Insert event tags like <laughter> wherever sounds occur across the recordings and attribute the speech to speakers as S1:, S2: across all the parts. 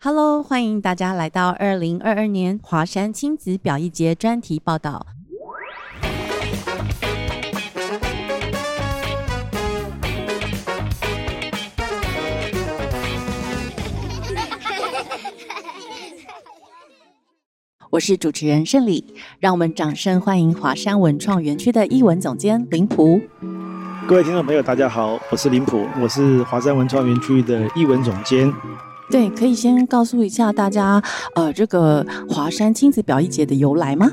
S1: Hello，欢迎大家来到二零二二年华山亲子表艺节专题报道。我是主持人盛礼，让我们掌声欢迎华山文创园区的艺文总监林璞。
S2: 各位听众朋友，大家好，我是林普，我是华山文创园区的艺文总监。
S1: 对，可以先告诉一下大家，呃，这个华山亲子表艺节的由来吗？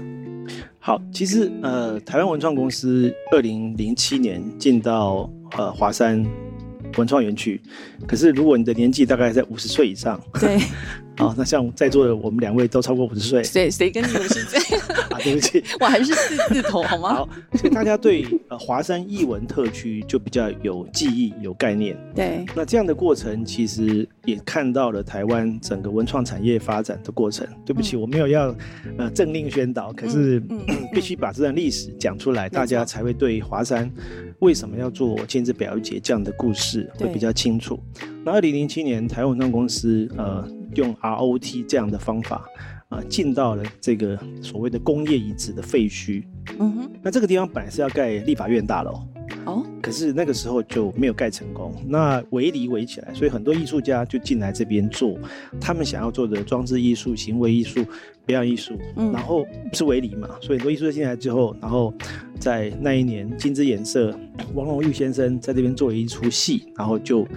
S2: 好，其实呃，台湾文创公司二零零七年进到呃华山文创园区，可是如果你的年纪大概在五十岁以上，
S1: 对，
S2: 啊、那像在座的我们两位都超过五十岁
S1: 谁谁跟你们
S2: <laughs>
S1: 是这样？
S2: 啊，对不起。
S1: 我还是四字头好吗？
S2: 好，所以大家对呃华山艺文特区就比较有记忆、有概念。
S1: 对，
S2: 那这样的过程，其实也看到了台湾整个文创产业发展的过程。对不起，我没有要呃政令宣导，可是、
S1: 嗯嗯
S2: 必须把这段历史讲出来，
S1: 错
S2: 大家才会对华山为什么要做亲子表演节这样的故事会
S1: 对
S2: 比较清楚。那二零零七年，台湾文创公司呃用 ROT 这样的方法。啊，进到了这个所谓的工业遗址的废墟。
S1: 嗯哼，
S2: 那这个地方本来是要盖立法院大楼，
S1: 哦，
S2: 可是那个时候就没有盖成功，那围篱围起来，所以很多艺术家就进来这边做他们想要做的装置艺术、行为艺术、表演艺术，
S1: 嗯
S2: 然后是围篱嘛，所以很多艺术家进来之后，然后在那一年，金枝演社王荣玉先生在这边做了一出戏，然后就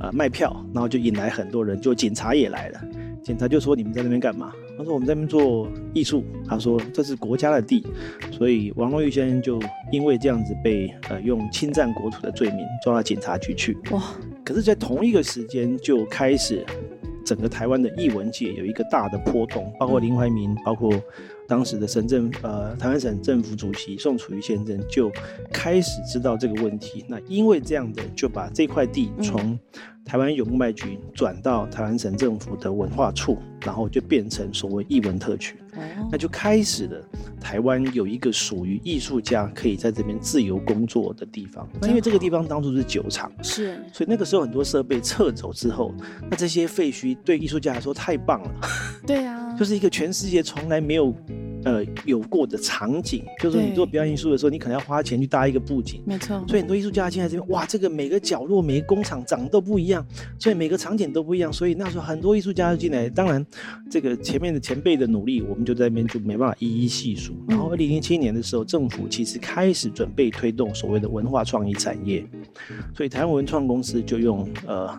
S2: 呃卖票，然后就引来很多人，就警察也来了，警察就说你们在那边干嘛？他说我们在那边做艺术，他说这是国家的地，所以王荣玉先生就因为这样子被呃用侵占国土的罪名抓到警察局去。
S1: 哇，
S2: 可是，在同一个时间就开始，整个台湾的艺文界有一个大的波动，包括林怀民，包括当时的省政呃台湾省政府主席宋楚瑜先生就开始知道这个问题。那因为这样的，就把这块地
S1: 嗯
S2: 从台湾永麦局转到台湾省政府的文化处，然后就变成所谓艺文特区。
S1: 哦
S2: 那，就开始了台湾有一个属于艺术家可以在这边自由工作的地方。那因为这个地方当初是酒厂。
S1: 是，
S2: 所以那个时候很多设备撤走之后，那这些废墟对艺术家来说太棒了，
S1: 对啊，
S2: 就是是一个全世界从来没有呃有过的场景。就是说
S1: 对
S2: 你做表演艺术的时候，你可能要花钱去搭一个布景。
S1: 没错，
S2: 所以很多艺术家进来这边，哇，这个每个角落、每个工厂长得都不一样，所以每个场景都不一样。所以那时候很多艺术家进来，当然这个前面的前辈的努力，我们就在那边就没办法一一细数。然后二零零七年的时候，政府其实开始准备推动所谓的文化创意产业，所以台湾文创公司就用呃。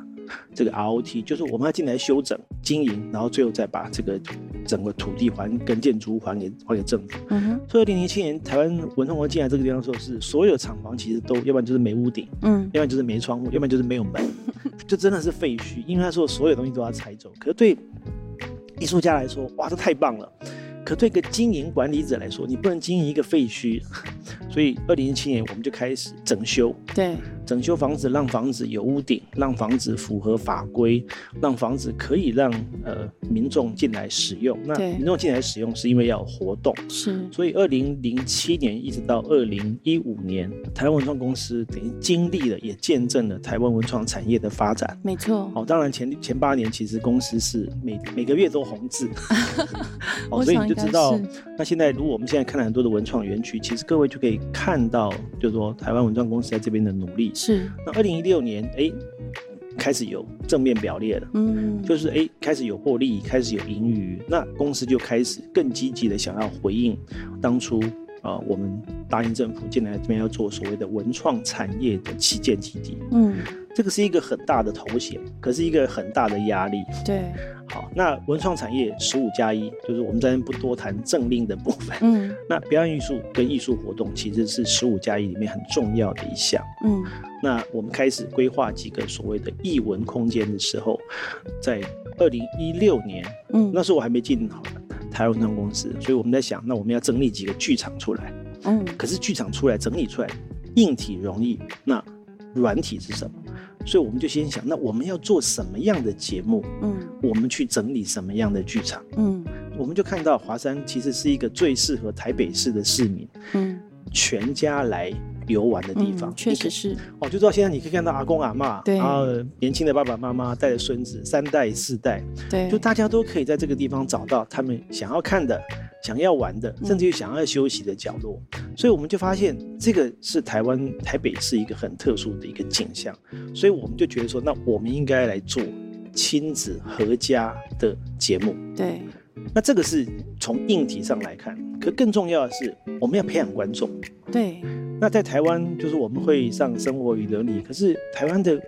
S2: 这个 ROT 就是我们要进来修整、经营，然后最后再把这个整个土地还跟建筑物还给还给政府。
S1: 嗯哼，
S2: 所以，二零零七年台湾文创国进来这个地方的时候，是所有厂房其实都，要不然就是没屋顶， <laughs>
S1: 嗯，
S2: 要不然就是没窗户，要不然就是没有门， <laughs> 就真的是废墟。因为那时候所有东西都要拆走。可是对艺术家来说，哇，这太棒了。可对一个经营管理者来说，你不能经营一个废墟， <laughs> 所以二零零七年我们就开始整修，
S1: 对，
S2: 整修房子，让房子有屋顶，让房子符合法规，让房子可以让呃民众进来使用。那
S1: 对
S2: 民众进来使用是因为要有活动，
S1: 是，
S2: 所以，二零零七年一直到二零一五年，台湾文创公司等于经历了，也见证了台湾文创产业的发展。
S1: 没错，
S2: 哦，当然前前八年其实公司是每每个月都
S1: <laughs>
S2: 红字，
S1: 我
S2: 哦，所以
S1: 想
S2: 你
S1: 应
S2: 就
S1: 该
S2: 知道
S1: 是，
S2: 那现在如果我们现在看了很多的文创园区，其实各位就可以看到，就是说台湾文创公司在这边的努力。
S1: 是，
S2: 那二零一六年，哎，开始有正面表列了。
S1: 嗯，
S2: 就是哎、诶开始有获利，开始有盈余，那公司就开始更积极的想要回应当初啊、呃我们答应政府进来这边要做所谓的文创产业的旗舰基地，
S1: 嗯，
S2: 这个是一个很大的头衔，可是一个很大的压力。
S1: 对，
S2: 好，那文创产业十五加一，就是我们在这边不多谈政令的部分。 <laughs>
S1: 嗯
S2: 那表演艺术跟艺术活动其实是十五加一里面很重要的一项。
S1: 嗯，
S2: 那我们开始规划几个所谓的艺文空间的时候，在二零一六年，
S1: 嗯，
S2: 那时候我还没进好台湾文创公司，所以我们在想，那我们要整理几个剧场出来。
S1: 嗯，
S2: 可是剧场出来整理出来，硬体容易，那软体是什么？所以我们就先想，那我们要做什么样的节目？
S1: 嗯，
S2: 我们去整理什么样的剧场？
S1: 嗯，
S2: 我们就看到华山其实是一个最适合台北市的市民
S1: 嗯，
S2: 全家来旅游玩的地方，
S1: 嗯，确
S2: 你
S1: 实
S2: 可。
S1: 是，
S2: 哦，就知道现在你可以看到阿公阿嬷，
S1: 对
S2: 然后年轻的爸爸妈妈带着孙子，三代四代，
S1: 对，
S2: 就大家都可以在这个地方找到他们想要看的、想要玩的，
S1: 嗯
S2: 甚至于想要休息的角落。所以我们就发现，这个是台湾台北市一个很特殊的一个景象。所以我们就觉得说，那我们应该来做亲子合家的节目。
S1: 对，
S2: 那这个是从硬体上来看，可更重要的是，我们要培养观众。
S1: 对，
S2: 那在台湾，就是我们会上生活与伦理，可是台湾的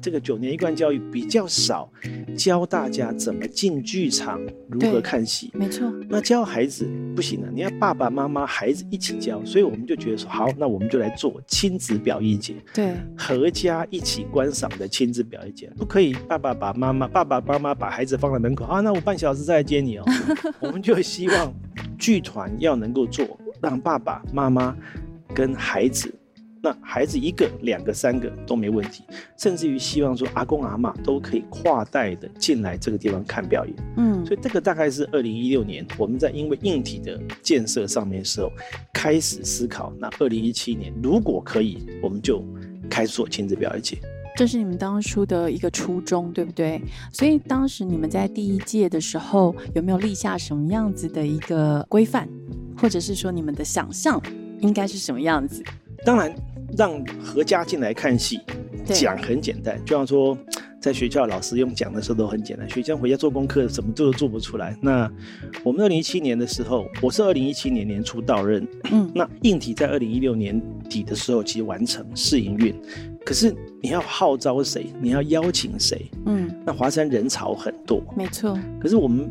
S2: 这个九年一贯教育比较少教大家怎么进剧场，如何
S1: 对
S2: 看戏。
S1: 没错，
S2: 那教孩子不行啊，你要爸爸妈妈、孩子一起教，所以我们就觉得说，好，那我们就来做亲子表意节，
S1: 对，
S2: 合家一起观赏的亲子表意节，不可以爸爸把妈妈、爸爸妈妈把孩子放在门口啊，那我半小时再来接你哦。我们就希望剧团要能够做，让爸爸妈妈跟孩子。那孩子一个、两个、三个都没问题，甚至于希望说阿公阿嬷都可以跨代的进来这个地方看表演。
S1: 嗯，
S2: 所以这个大概是二零一六年我们在因为硬体的建设上面的时候，开始思考。那二零一七年如果可以，我们就开始做亲子表演节。
S1: 这是你们当初的一个初衷，对不对？所以当时你们在第一届的时候，有没有立下什么样子的一个规范，或者是说你们的想象应该是什么样子？
S2: 当然，让合家进来看戏，
S1: 对
S2: 讲很简单，就像说。在学校，老师用讲的时候都很简单，学生回家做功课怎么做都做不出来。那我们二零一七年的时候，我是二零一七年年初到任，
S1: 嗯，
S2: 那硬体在二零一六年底的时候其实完成试营运，可是你要号召谁，你要邀请谁，
S1: 嗯，
S2: 那华山人潮很多，
S1: 没错，
S2: 可是我们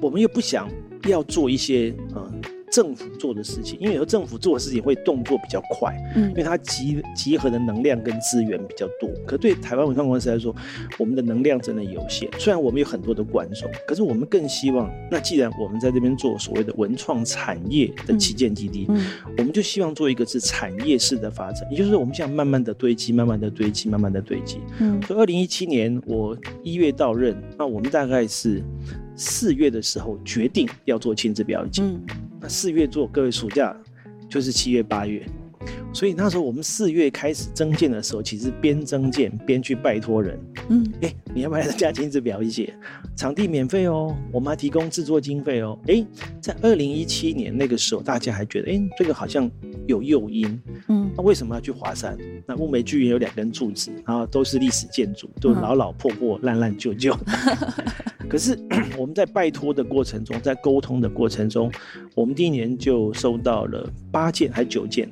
S2: 我们又不想要做一些呃政府做的事情，因为有时候政府做的事情会动作比较快，
S1: 嗯
S2: 因为，它集集合的能量跟资源比较多。可对台湾文创公司来说，我们的能量真的有限。虽然我们有很多的观众，可是我们更希望，那既然我们在这边做所谓的文创产业的旗舰基地，
S1: 嗯，
S2: 我们就希望做一个是产业式的发展，也就是我们想慢慢的堆积，慢慢的堆积，慢慢的堆积。
S1: 嗯，
S2: 所以二零一七年我一月到任，那我们大概是四月的时候决定要做亲子表演节。
S1: 嗯，
S2: 那四月做，各位暑假就是七月八月，所以那时候我们四月开始增建的时候，其实边增建边去拜托人，
S1: 嗯，
S2: 哎、你要不要来参加亲子表演节？场地免费哦，我们还提供制作经费哦。哎、在二零一七年那个时候，大家还觉得，哎、这个好像有诱因，
S1: 嗯，
S2: 那为什么要去华山？那物美剧院有两根柱子，然后都是历史建筑，
S1: 嗯
S2: 都老老破破、烂烂旧旧。可是 <clears throat> 我们在拜托的过程中，在沟通的过程中，我们第一年就收到了八件还九件，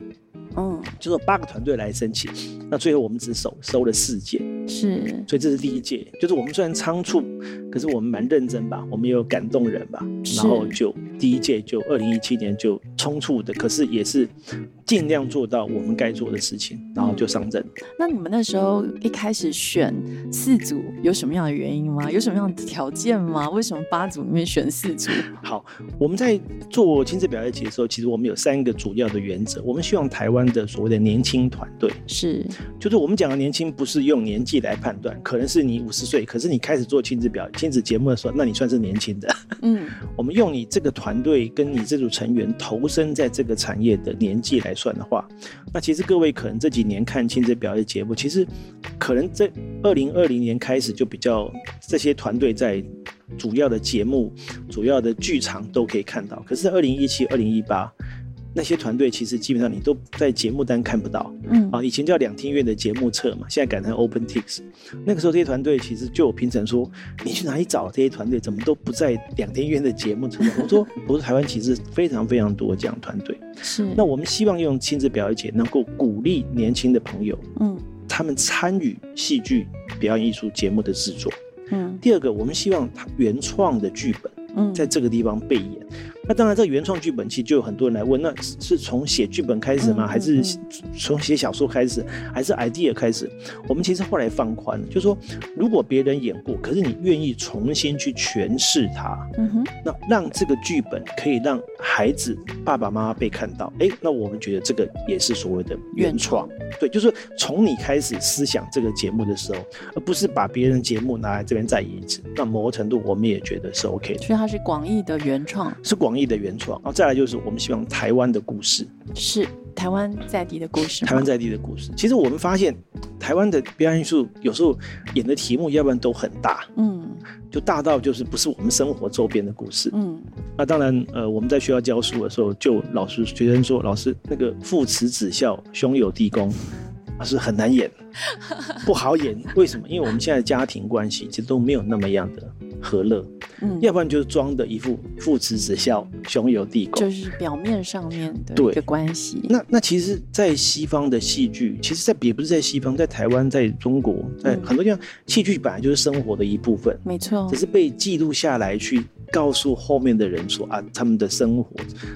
S1: 嗯，
S2: 就是八个团队来申请。那最后我们只收收了四件，
S1: 是
S2: 所以这是第一届。就是我们虽然仓促，可是我们蛮认真吧，我们也有感动人吧。
S1: 是
S2: 然后就第一届就二零一七年就冲促的，可是也是尽量做到我们该做的事情，然后就上阵。
S1: 那你们那时候一开始选四组有什么样的原因吗？有什么样的条件吗？为什么八组里面选四
S2: <laughs>
S1: 组？
S2: 好，我们在做亲子表演节的时候，其实我们有三个主要的原则。我们希望台湾的所谓的年轻团队，
S1: 是，
S2: 就是我们讲的年轻，不是用年纪来判断，可能是你五十岁，可是你开始做亲子表亲子节目的时候，那你算是年轻的。
S1: 嗯，
S2: 我们用你这个团队跟你这组成员投身在这个产业的年纪来算的话，那其实各位可能这几年看亲子表演节目，其实可能这二零二零年开始就比较这些团队在主要的节目、主要的剧场都可以看到，可是二零一七、二零一八。那些团队其实基本上你都在节目单看不到
S1: 嗯，
S2: 啊，以前叫两厅院的节目册嘛，现在改成 OpenTix。那个时候这些团队其实就有评审说，你去哪里找这些团队？怎么都不在两天院的节目出现？我说，我说台湾其实非常非常多这样的团队。
S1: 是，
S2: 那我们希望用亲子表演节能够鼓励年轻的朋友，
S1: 嗯
S2: 他们参与戏剧表演艺术节目的制作。
S1: 嗯
S2: 第二个，我们希望他原创的剧本
S1: 嗯，
S2: 在这个地方被演。那当然，这个原创剧本其实就有很多人来问，那是是从写剧本开始
S1: 嗯
S2: 吗？
S1: 嗯
S2: 还是
S1: 嗯
S2: 从写小说开始，还是 idea 开始？我们其实后来放宽了，就说如果别人演过，可是你愿意重新去诠释它，
S1: 嗯哼，
S2: 那让这个剧本可以让孩子爸爸妈妈被看到，诶，那我们觉得这个也是所谓的原创，对，就是从你开始思想这个节目的时候，而不是把别人节目拿来这边再演一次。那某个程度我们也觉得是 OK 的。
S1: 所以它是广义的原创，
S2: 是广创意的原创。然后再来就是我们希望台湾的故事，
S1: 是台湾在地的故事吗，
S2: 台湾在地的故事。其实我们发现，台湾的表演艺术有时候演的题目，要不然都很大，
S1: 嗯
S2: 就大到就是不是我们生活周边的故事。
S1: 嗯
S2: 那当然，呃，我们在学校教书的时候，就老师学生说，老师那个父慈子孝，兄友弟恭，老师很难演，不好演。为什么？因为我们现在家庭关系其实都没有那么样的和乐，
S1: 嗯，
S2: 要不然就是装的一副父慈子孝，兄友弟恭
S1: 就。是表面上面的
S2: 对
S1: 一个关系。
S2: 那那其实，在西方的戏剧，其实在也不是在西方，在台湾，在中国，在
S1: 嗯
S2: 很多地方，戏剧本来就是生活的一部分。
S1: 没错
S2: 只，是被记录下来，去告诉后面的人说啊，他们的生活。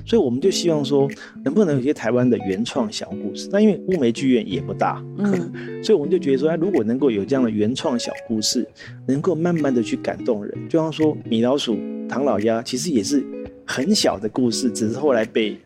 S2: 所以我们就希望说，能不能有一些台湾的原创小故事？那因为乌梅剧院也不大，
S1: 嗯，
S2: 所以我们就觉得说，哎，如果能够有这样的原创小故事，能够慢慢的去感动人，就像说米老鼠、唐老鸭，其实也是很小的故事，只是后来被。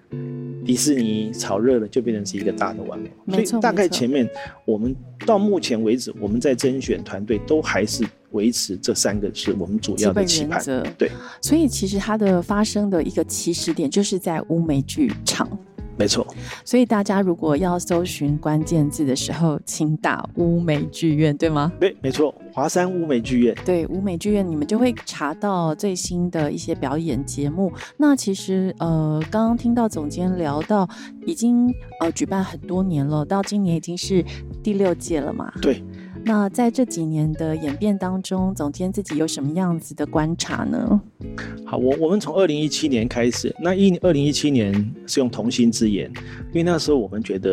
S2: 迪士尼炒热了，就变成是一个大的玩偶。
S1: 没
S2: 所
S1: 错
S2: 以大概
S1: 没错
S2: 前面我们到目前为止，我们在甄选团队都还是维持这三个是我们主
S1: 基
S2: 要的
S1: 本
S2: 期
S1: 原
S2: 盼。
S1: 则。
S2: 对，
S1: 所以其实它的发生的一个起始点就是在乌梅剧场。
S2: 没错，
S1: 所以大家如果要搜寻关键字的时候，请打乌梅剧院，对吗？
S2: 对，没错，华山乌梅剧院。
S1: 对，舞美剧院你们就会查到最新的一些表演节目。那其实呃，刚刚听到总监聊到，已经呃举办很多年了，到今年已经是第六届了嘛。
S2: 对。
S1: 那在这几年的演变当中，总监自己有什么样子的观察呢？
S2: 好，我我们从二零一七年开始，那一二零一七年是用同心之言，因为那时候我们觉得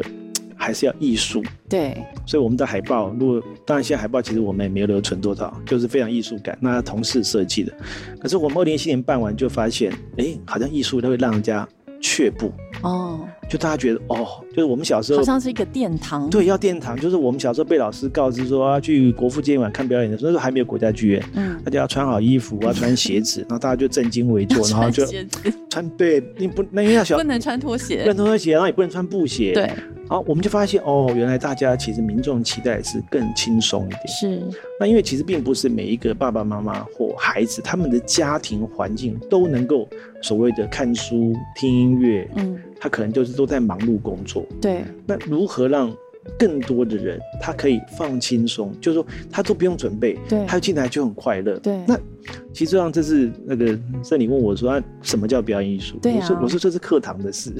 S2: 还是要艺术，
S1: 对，
S2: 所以我们的海报，如果当然现在海报其实我们也没有留存多少，就是非常艺术感，那同事设计的。可是我们二零一七年办完就发现，哎，好像艺术它会让人家却步，
S1: 哦，
S2: 就大家觉得哦，就是我们小时
S1: 好
S2: 候。
S1: 像是一个殿堂。，
S2: 对，要殿堂，就是我们小时候被老师告知说要去国父纪念馆看表演的时候，那时候还没有国家剧院， <laughs>
S1: 嗯，
S2: 大家要穿好衣服啊，穿鞋子，然后大家就正
S1: <laughs>
S2: 襟危坐，然后就
S1: 穿鞋子
S2: 穿对，啊你不那因为要小
S1: 不能穿拖
S2: 不
S1: 鞋
S2: 能。穿鞋，然后也不能穿布鞋。
S1: 对，，
S2: 好，我们就发现哦，原来大家其实民众期待是更轻松一点。
S1: 是，
S2: 那因为其实并不是每一个爸爸妈妈或孩子他们的家庭环境都能够所谓的看书、听音乐，
S1: 嗯，
S2: 他可能就是都在忙碌工作。
S1: 对，
S2: 那如何让更多的人他可以放轻松，就是说他都不用准备，
S1: 对
S2: 他进来就很快乐。
S1: 对
S2: 那其实上这是那个圣理问我说，啊，什么叫表演艺术？
S1: 对啊
S2: 我说我说这是课堂的事，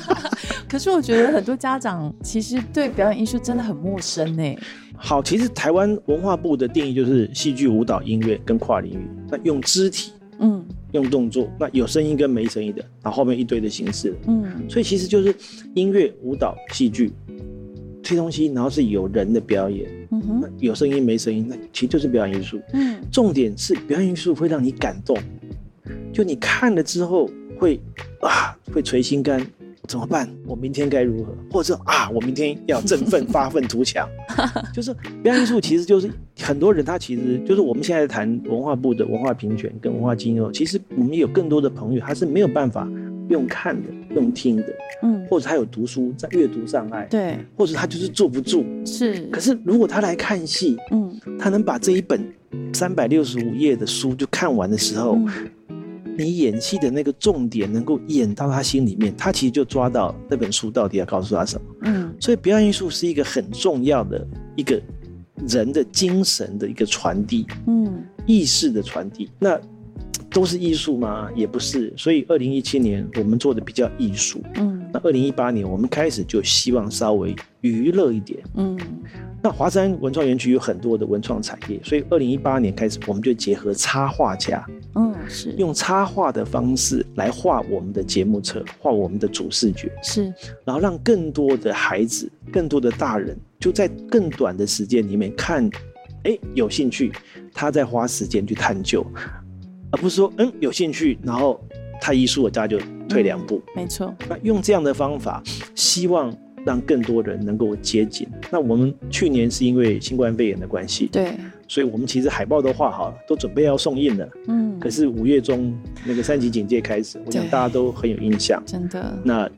S2: <laughs>
S1: 可是我觉得很多家长其实对表演艺术真的很陌生欸呢、
S2: 好，其实台湾文化部的定义就是戏剧、舞蹈、音乐跟跨领域，那用肢体、
S1: 嗯
S2: 用动作，那有声音跟没声音的，然后后面一堆的形式，
S1: 嗯，
S2: 所以其实就是音乐、舞蹈、戏剧这些东西，然后是有人的表演，
S1: 嗯
S2: 那
S1: 哼，
S2: 有声音没声音，那其实就是表演艺术。
S1: 嗯
S2: 重点是表演艺术会让你感动，就你看了之后会啊会捶心肝，怎么办？我明天该如何？或者啊，我明天要振奋发愤图强。就是表演艺术其实就是很多人他其实就是我们现在谈文化部的文化平权跟文化金融，其实我们有更多的朋友他是没有办法用看的、用听的，
S1: 嗯，
S2: 或者他有读书在阅读障碍，
S1: 对，
S2: 或者他就是坐不住。
S1: 是，
S2: 可是如果他来看戏，
S1: 嗯
S2: 他能把这一本三百六十五页的书就看完的时候，
S1: 嗯
S2: 你演戏的那个重点能够演到他心里面，他其实就抓到那本书到底要告诉他什么。
S1: 嗯，
S2: 所以表演艺术是一个很重要的一个人的精神的一个传递，
S1: 嗯
S2: 意识的传递。那都是艺术吗？也不是。所以二零一七年我们做的比较艺术，
S1: 嗯
S2: 那二零一八年我们开始就希望稍微娱乐一点。
S1: 嗯，
S2: 那华山文创园区有很多的文创产业，所以二零一八年开始，我们就结合插画家，
S1: 嗯是，
S2: 用插画的方式来画我们的节目册，画我们的主视觉，
S1: 是，
S2: 然后让更多的孩子、更多的大人，就在更短的时间里面看，哎，有兴趣，他再花时间去探究，而不是说，嗯，有兴趣，然后太艺术了，大家就退两步。
S1: 没错，
S2: 那用这样的方法，希望让更多人能够接近。那我们去年是因为新冠肺炎的关系，
S1: 对，
S2: 所以我们其实海报都画好了，都准备要送印了。
S1: 嗯，
S2: 可是五月中那个三级警戒开始，我想
S1: 对
S2: 大家都很有印象。
S1: 真的，
S2: 那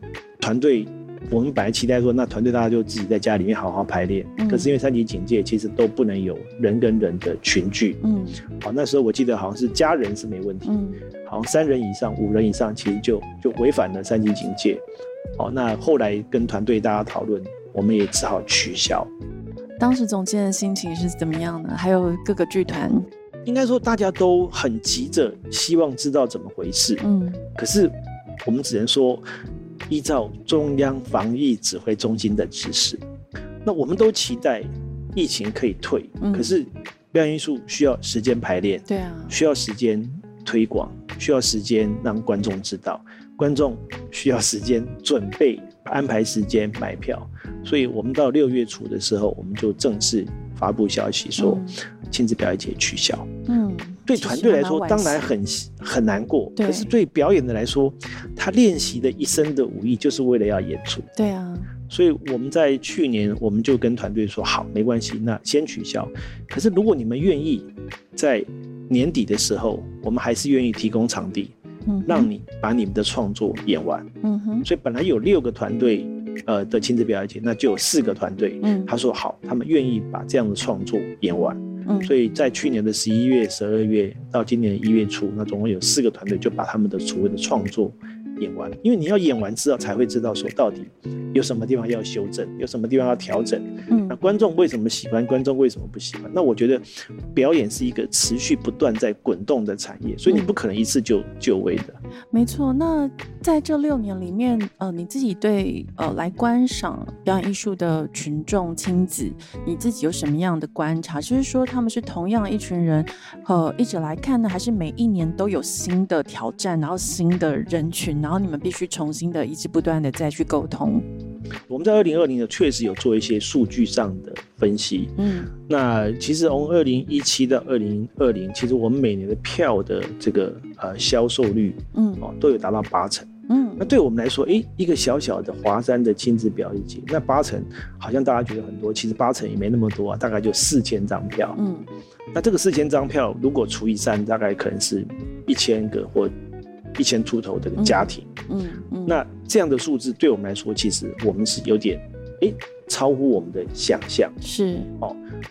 S2: 团队我们本来期待说，那团队大家就自己在家里面好好排练，
S1: 嗯
S2: 可是因为三级警戒，其实都不能有人跟人的群聚。
S1: 嗯
S2: 好，那时候我记得好像是家人是没问题，
S1: 嗯
S2: 好像三人以上、五人以上，其实就就违反了三级警戒。好，那后来跟团队大家讨论，我们也只好取消。
S1: 当时总监的心情是怎么样呢？还有各个剧团，
S2: 应该说大家都很急着希望知道怎么回事，
S1: 嗯
S2: 可是我们只能说，依照中央防疫指挥中心的指示，那我们都期待疫情可以退，
S1: 嗯
S2: 可是表演艺术需要时间排练，
S1: 对啊，
S2: 需要时间推广，需要时间让观众知道，观众需要时间准备、安排时间买票，所以我们到六月初的时候，我们就正式发布消息说，亲子表演节取消。
S1: 嗯，
S2: 对
S1: 其实
S2: 团队来
S1: 还蛮
S2: 说，
S1: 惋
S2: 当
S1: 惜
S2: 然很很难过。
S1: 对
S2: 可是对表演的来说，他练习的一身的武艺就是为了要演出。
S1: 对啊，
S2: 所以我们在去年，我们就跟团队说，好，没关系，那先取消。可是如果你们愿意，在年底的时候，我们还是愿意提供场地，
S1: 嗯哼，
S2: 让你把你们的创作演完。
S1: 嗯哼，
S2: 所以本来有六个团队，呃的亲子表演节，那就有四个团队。
S1: 嗯
S2: 他说好，他们愿意把这样的创作演完。
S1: 嗯，
S2: 所以在去年的十一月、十二月到今年一月初，那总共有四个团队就把他们的所谓的创作演完。因为你要演完之后，才会知道说到底有什么地方要修正，有什么地方要调整。
S1: 嗯
S2: 那观众为什么喜欢，观众为什么不喜欢？那我觉得表演是一个持续不断在滚动的产业，所以你
S1: 嗯
S2: 不可能一次就就位的。
S1: 没错，那在这六年里面，呃，你自己对呃来观赏表演艺术的群众亲子，你自己有什么样的观察？就是说他们是同样一群人，呃，一直来看呢，还是每一年都有新的挑战，然后新的人群，然后你们必须重新的一直不断的再去沟通？
S2: 我们在二零二零呢，确实有做一些数据上的分析。
S1: 嗯
S2: 那其实从二零一七到二零二零，其实我们每年的票的这个呃销售率
S1: 嗯
S2: 哦，都有达到八成。那
S1: 嗯
S2: 对我们来说，诶，一个小小的华山的亲子表演节，那八成好像大家觉得很多，其实八成也没那么多啊，大概就四千张票。
S1: 嗯
S2: 那这个四千张票如果除以三，大概可能是一千个或一千出头的家庭。
S1: 嗯嗯，
S2: 那这样的数字对我们来说，其实我们是有点，诶，超乎我们的想象。
S1: 是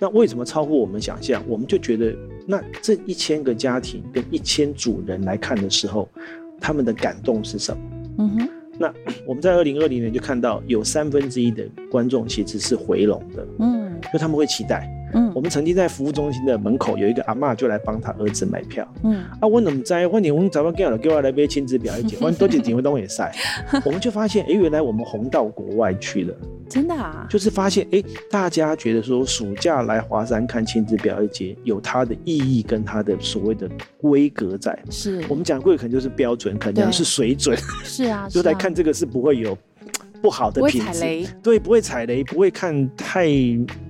S2: 那为什么超乎我们想象？我们就觉得，那这一千个家庭跟一千组人来看的时候，他们的感动是什么？
S1: 嗯哼
S2: 我们在二零二零年就看到有三分之一的观众其实是回笼的，
S1: 嗯
S2: 就他们会期待。
S1: 嗯
S2: 我们曾经在服务中心的门口有一个阿嬷就来帮她儿子买票。
S1: 嗯
S2: 啊，我怎么在？我连我早上叫了，给我来杯亲子表演节，我多点点我东也晒。我们就发现，哎、原来我们红到国外去了，
S1: 真的啊，
S2: 就是发现，哎、大家觉得说暑假来华山看亲子表演节有它的意义跟它的所谓的规格在。
S1: 是
S2: 我们讲规格可能就是标准，可能讲
S1: 对
S2: 是水准，
S1: 是啊，
S2: 就是来
S1: 啊
S2: 看这个是不会有不好的
S1: 不会
S2: 品
S1: 踩
S2: 质。
S1: 雷，
S2: 对，不会踩雷，不会看太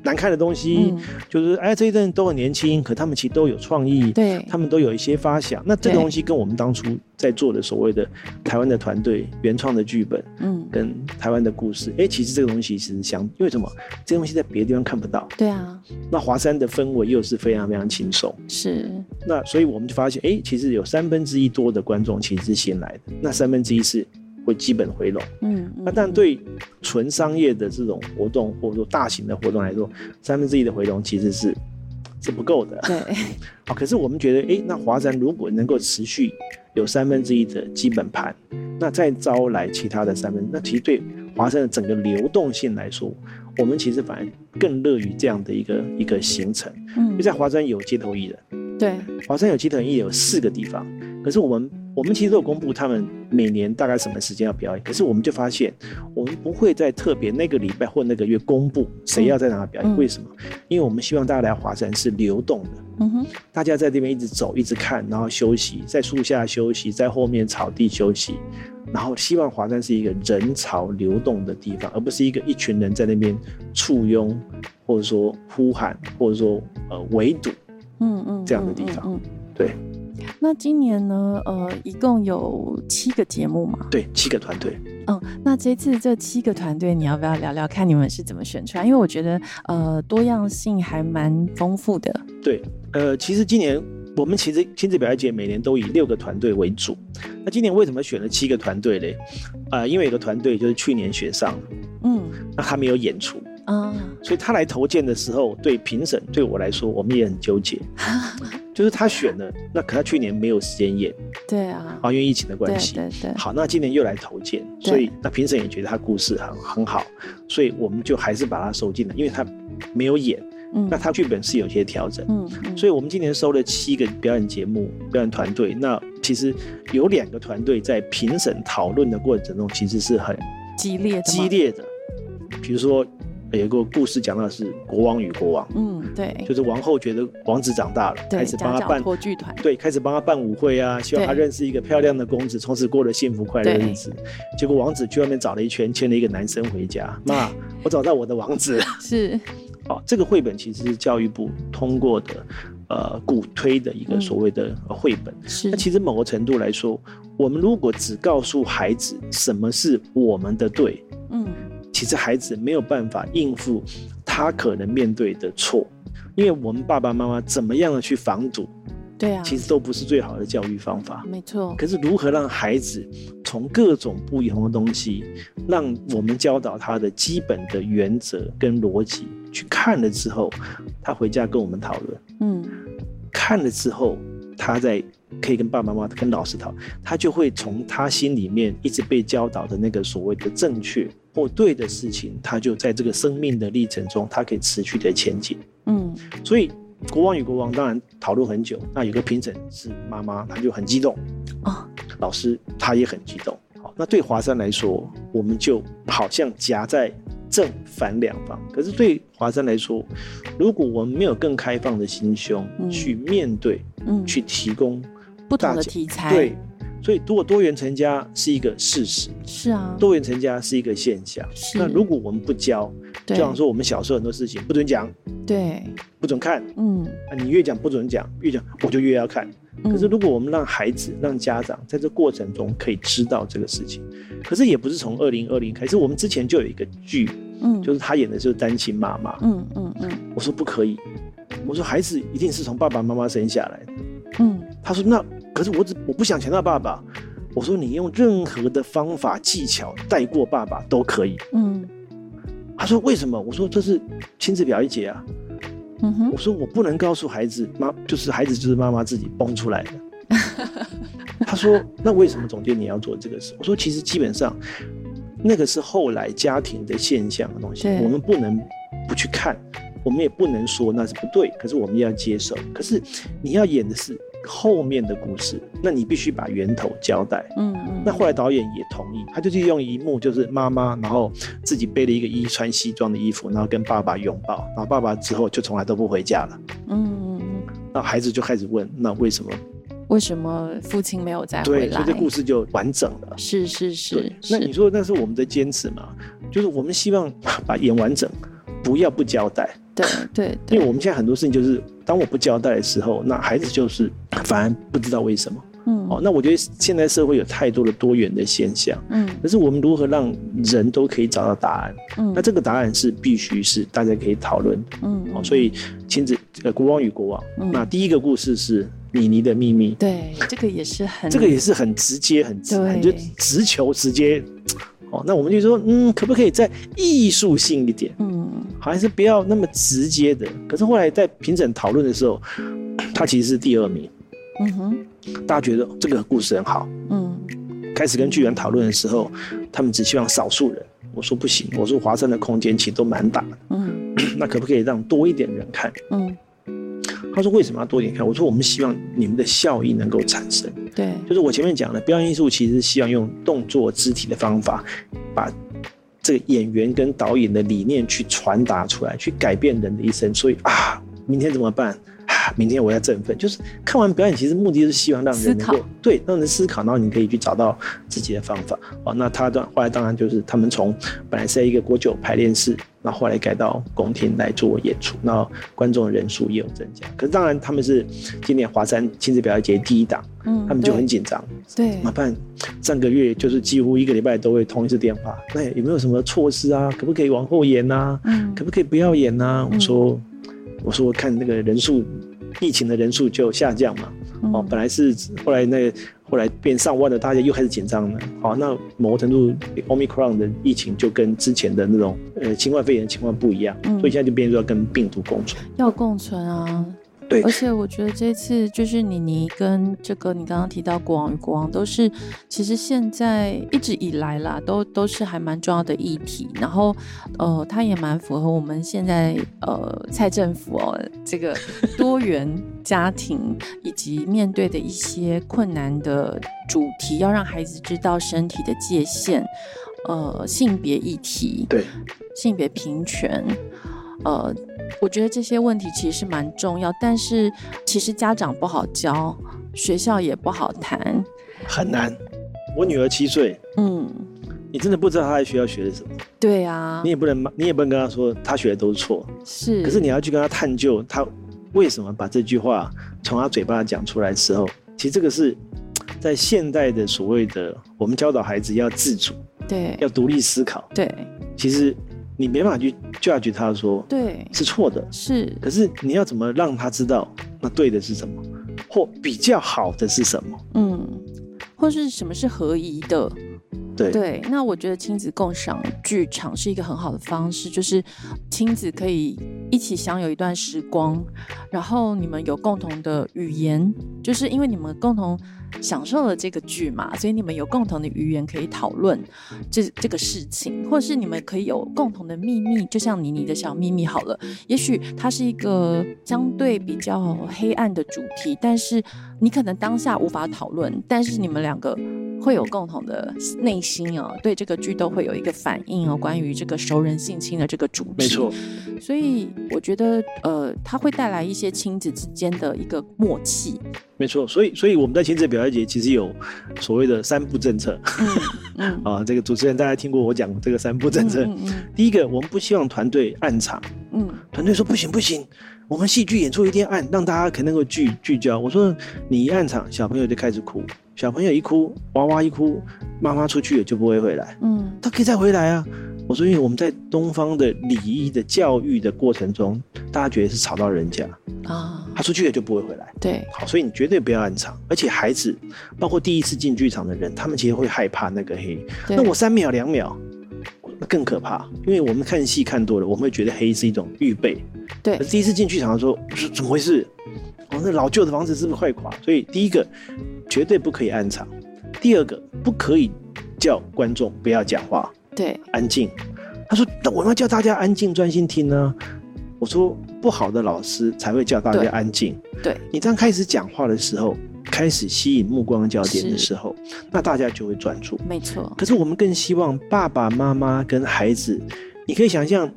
S2: 难看的东西，
S1: 嗯
S2: 就是哎，这一阵都很年轻，可他们其实都有创意，
S1: 对，
S2: 他们都有一些发想。那这个
S1: 对
S2: 东西跟我们当初在做的所谓的台湾的团队原创的剧本
S1: 嗯。
S2: 跟台湾的故事，哎，其实这个东西其实相，因为什么？这东西在别的地方看不到。
S1: 对啊，
S2: 那华山的氛围又是非常非常轻松，
S1: 是，
S2: 那所以我们就发现，哎，其实有三分之一多的观众其实是新来的，那三分之一是会基本回笼。
S1: 嗯，
S2: 那
S1: 嗯
S2: 啊但
S1: 嗯
S2: 对纯商业的这种活动或者说大型的活动来说，三分之一的回笼其实是是不够 <laughs> 的。
S1: 对，
S2: 好，可是我们觉得，诶，那华山如果能够持续有三分之一的基本盘，那再招来其他的三分，那其实对华山的整个流动性来说，我们其实反而更乐于这样的一个一个形成。因
S1: 嗯
S2: 为，在华山有街头艺人，
S1: 对，
S2: 华山有街头艺人有四个地方，可是我们我们其实都有公布他们每年大概什么时间要表演，可是我们就发现我们不会在特别那个礼拜或那个月公布谁要在哪表演，
S1: 嗯嗯
S2: 为什么？因为我们希望大家来华山是流动的，
S1: 嗯哼，
S2: 大家在这边一直走，一直看，然后休息，在树下休息，在后面草地休息，然后希望华山是一个人潮流动的地方，而不是一个一群人在那边簇拥，或者说呼喊，或者说呃围堵。
S1: 嗯嗯，
S2: 这样的
S1: 嗯
S2: 地方
S1: 嗯，
S2: 对
S1: 嗯那今年呢，呃，一共有七个节目嘛，
S2: 对，七个团队。
S1: 嗯，那这次这七个团队，你要不要聊聊看你们是怎么选出来？因为我觉得，呃，多样性还蛮丰富的，
S2: 对，呃，其实今年我们其实亲子表演节每年都以六个团队为主，那今年为什么选了七个团队嘞？呃，因为有个团队就是去年选上了，
S1: 嗯
S2: 那他没有演出，
S1: 啊，
S2: 所以他来投件的时候，对评审对我来说，我们也很
S1: <laughs>
S2: 纠结，就是他选了，那可他去年没有时间演，
S1: 对啊，
S2: 啊，因为疫情的
S1: 对
S2: 关系。
S1: 对对，
S2: 好，那今年又来投件，
S1: 对
S2: 所以那评审也觉得他故事很很好，所以我们就还是把他收进来，因为他没有演，
S1: 嗯
S2: 那他剧本是有些调整。
S1: 嗯嗯，
S2: 所
S1: 以
S2: 以我们今年收了七个表演节目、表演团队。那其实有两个团队在评审讨论的过程中，其实是很
S1: 激烈的嘛
S2: 激，烈的。比如说，有一个故事讲到的是国王与国王，
S1: 嗯对，
S2: 就是王后觉得王子长大了，开
S1: 对
S2: 始帮
S1: 家
S2: 他
S1: 教
S2: 办，
S1: 托剧团，
S2: 对，开始帮他办舞会啊，希望他
S1: 对
S2: 认识一个漂亮的公子，从此过了幸福快乐的
S1: 对
S2: 日子。结果王子去外面找了一圈，牵了一个男生回家，妈，我找到我的王子了。
S1: 是
S2: 哦，这个绘本其实是教育部通过的，呃，鼓推的一个
S1: 嗯
S2: 所谓的呃绘本。
S1: 是
S2: 那，其实某个程度来说，我们如果只告诉孩子什么是我们的对，
S1: 嗯
S2: 其实孩子没有办法应付他可能面对的错，因为我们爸爸妈妈怎么样的去防堵，
S1: 对啊，
S2: 其实都不是最好的教育方法。
S1: 没错，
S2: 可是如何让孩子从各种不同的东西，让我们教导他的基本的原则跟逻辑，去看了之后，他回家跟我们讨论，
S1: 嗯
S2: 看了之后，他再可以跟爸爸妈妈、跟老师讨，他就会从他心里面一直被教导的那个所谓的正确或对的事情，他就在这个生命的历程中，他可以持续的前进。
S1: 嗯
S2: 所以。国王与国王当然讨论很久，那有个评审是妈妈，她就很激动，
S1: 哦
S2: 老师他也很激动。好，那对华山来说，我们就好像夹在正反两方。可是对华山来说，如果我们没有更开放的心胸
S1: 嗯
S2: 去面对、
S1: 嗯，
S2: 去提供
S1: 不同
S2: 大
S1: 的
S2: 家
S1: 题材，
S2: 对，所以如果多元成家是一个事实，
S1: 是啊，
S2: 多元成家是一个现象。
S1: 是
S2: 那如果我们不教，就
S1: 对
S2: 像说我们小时候很多事情不准讲、
S1: 对，
S2: 不准看，
S1: 嗯，
S2: 啊，你越讲不准讲，越讲我就越要看。可是
S1: 嗯
S2: 如果我们让孩子、让家长在这过程中可以知道这个事情，可是也不是从二零二零开始，我们之前就有一个剧，
S1: 嗯
S2: 就是他演的就是单亲妈妈。
S1: 嗯嗯嗯
S2: 我说不可以，我说孩子一定是从爸爸妈妈生下来的。
S1: 嗯，
S2: 他说那可是我只我不想强调爸爸。我说你用任何的方法技巧带过爸爸都可以。
S1: 嗯
S2: 他说为什么？我说这是亲子表一节啊。
S1: 嗯哼
S2: 我，说我不能告诉孩子，妈就是孩子就是妈妈自己蹦出来
S1: <laughs>
S2: 的。他说那为什么总监你要做这个事？我说其实基本上那个是后来家庭的现象的东西，
S1: 对
S2: 我们不能不去看，我们也不能说那是不对，可是我们要接受。可是你要演的是后面的故事，那你必须把源头交代。
S1: 嗯嗯，
S2: 那后来导演也同意，他就是用一幕，就是妈妈，然后自己背了一个衣穿西装的衣服，然后跟爸爸拥抱，然后爸爸之后就从来都不回家了。
S1: 嗯嗯嗯，
S2: 那孩子就开始问，那为什么？
S1: 为什么父亲没有再回
S2: 对，所
S1: 来
S2: 以？这故事就完整了。
S1: 是是是
S2: 对，那你
S1: 是，
S2: 说那是我们的坚持嘛？就是我们希望把演完整，不要不交代，
S1: 对对
S2: 因为
S1: 对，
S2: 我们现在很多事情就是，当我不交代的时候，那孩子就是反而不知道为什么。
S1: 嗯
S2: 哦，那我觉得现在社会有太多的多元的现象。
S1: 嗯
S2: 可是我们如何让人都可以找到答案？
S1: 嗯，
S2: 那这个答案是必须是大家可以讨论的
S1: 嗯
S2: 哦。
S1: 嗯
S2: 所以亲子呃，国王与国王，
S1: 嗯
S2: 那第一个故事是米妮的秘密，
S1: 对这个也是很
S2: 这个也是很直接、很直、
S1: 对
S2: 很就直球直接。哦，那我们就说，嗯，可不可以再艺术性一点？
S1: 嗯
S2: 还是不要那么直接的？可是后来在评审讨论的时候，他其实是第二名，
S1: 嗯哼
S2: 大家觉得这个故事很好。
S1: 嗯
S2: 开始跟巨人讨论的时候，他们只希望少数人。我说不行，我说华山的空间其实都蛮大的， <coughs>
S1: 嗯
S2: 那可不可以让多一点人看？
S1: 嗯，
S2: 他说为什么要多一点看？我说我们希望你们的效益能够产生，
S1: 对，
S2: 就是我前面讲的表演艺术，其实是希望用动作、肢体的方法，把这个演员跟导演的理念去传达出来，去改变人的一生。所以啊，明天怎么办？啊，明天我要振奋。就是看完表演，其实目的就是希望让人能
S1: 思
S2: 够
S1: 考
S2: 对让人思考，然后你可以去找到自己的方法。哦，那他当后来当然就是他们从本来是在一个国酒排练室，那后来改到宫廷来做演出，那观众人数也有增加。可是当然他们是今年华山亲子表演节第一档，
S1: 嗯，
S2: 他们就
S1: 对
S2: 很紧张。
S1: 对
S2: 怎么办？上个月就是几乎一个礼拜都会通一次电话，那有没有什么措施啊？可不可以往后延啊？
S1: 嗯
S2: 可不可以不要演啊？
S1: 嗯
S2: 我说，我说看那个人数疫情的人数就下降嘛。哦，
S1: 嗯
S2: 本来是后来那个后来变上万了，大家又开始紧张了。好，那某个程度，omicron 的疫情就跟之前的那种呃新冠肺炎情况不一样，
S1: 嗯
S2: 所以现在就变成要跟病毒共存。
S1: 要共存啊。
S2: 对
S1: 而且我觉得这次就是妮妮跟这个你刚刚提到国王与国王都是，其实现在一直以来啦，都都是还蛮重要的议题。然后，呃，它也蛮符合我们现在呃蔡政府哦这个多元家庭以及面对的一些困难的主题，要让孩子知道身体的界限，呃，性别议题，
S2: 对，
S1: 性别平权，呃，我觉得这些问题其实是蛮重要，但是其实家长不好教，学校也不好谈，
S2: 很难。我女儿七岁，
S1: 嗯，
S2: 你真的不知道她在学校学的什么，
S1: 对啊
S2: 你，也不能你也不能跟她说她学的都是错，
S1: 是，
S2: 可是你要去跟她探究她为什么把这句话从她嘴巴讲出来之后，其实这个是在现代的所谓的我们教导孩子要自主，
S1: 对
S2: 要独立思考。
S1: 对
S2: 其实你没办法去 judge 他说
S1: 对
S2: 是错的，
S1: 是，
S2: 可是你要怎么让他知道那对的是什么，或比较好的是什么？
S1: 嗯，或是什么是合宜的，
S2: 对，
S1: 对，那我觉得亲子共享剧场是一个很好的方式，就是亲子可以一起享有一段时光，然后你们有共同的语言，就是因为你们共同享受了这个剧嘛，所以你们有共同的语言可以讨论这这个事情，或是你们可以有共同的秘密，就像妮妮的小秘密好了，也许它是一个相对比较黑暗的主题，但是你可能当下无法讨论，但是你们两个会有共同的内心哦，对这个剧都会有一个反应哦，关于这个熟人性侵的这个主题。
S2: 没错，，
S1: 所以我觉得呃，它会带来一些亲子之间的一个默契。
S2: 没错。所以，所以我们在亲子表演节其实有所谓的三步政策 <laughs>
S1: 嗯，
S2: 啊。这个主持人大家听过我讲这个三步政策。
S1: 嗯嗯
S2: 第一个，我们不希望团队暗场，
S1: 嗯嗯
S2: 团队说不行不行，我们戏剧演出一定要暗，让大家可能够聚聚焦。我说你一暗场，小朋友就开始哭，小朋友一哭，娃娃一哭，妈妈出去也就不会回来。
S1: 嗯
S2: 他可以再回来啊。我说，因为我们在东方的礼仪的教育的过程中，大家觉得是吵到人家，
S1: 嗯啊，
S2: 他出去了就不会回来。
S1: 对，
S2: 好，所以你绝对不要暗场，而且孩子，包括第一次进剧场的人，他们其实会害怕那个黑。
S1: 对
S2: 那我三秒两秒，那更可怕，因为我们看戏看多了，我们会觉得黑是一种预备。
S1: 对
S2: 可是第一次进剧场的时候，是怎么回事？哦，那老旧的房子是不是快垮？所以第一个，绝对不可以暗场；第二个，不可以叫观众不要讲话。
S1: 对
S2: 安静。他说：“那我们要叫大家安静专心听呢。”我说：“不好的老师才会叫大
S1: 对
S2: 家安静。
S1: 对
S2: 你当开始讲话的时候，开始吸引目光焦点的
S1: 是
S2: 时候，那大家就会专注。
S1: 没错，
S2: 可是我们更希望爸爸妈妈跟孩子，你可以想象，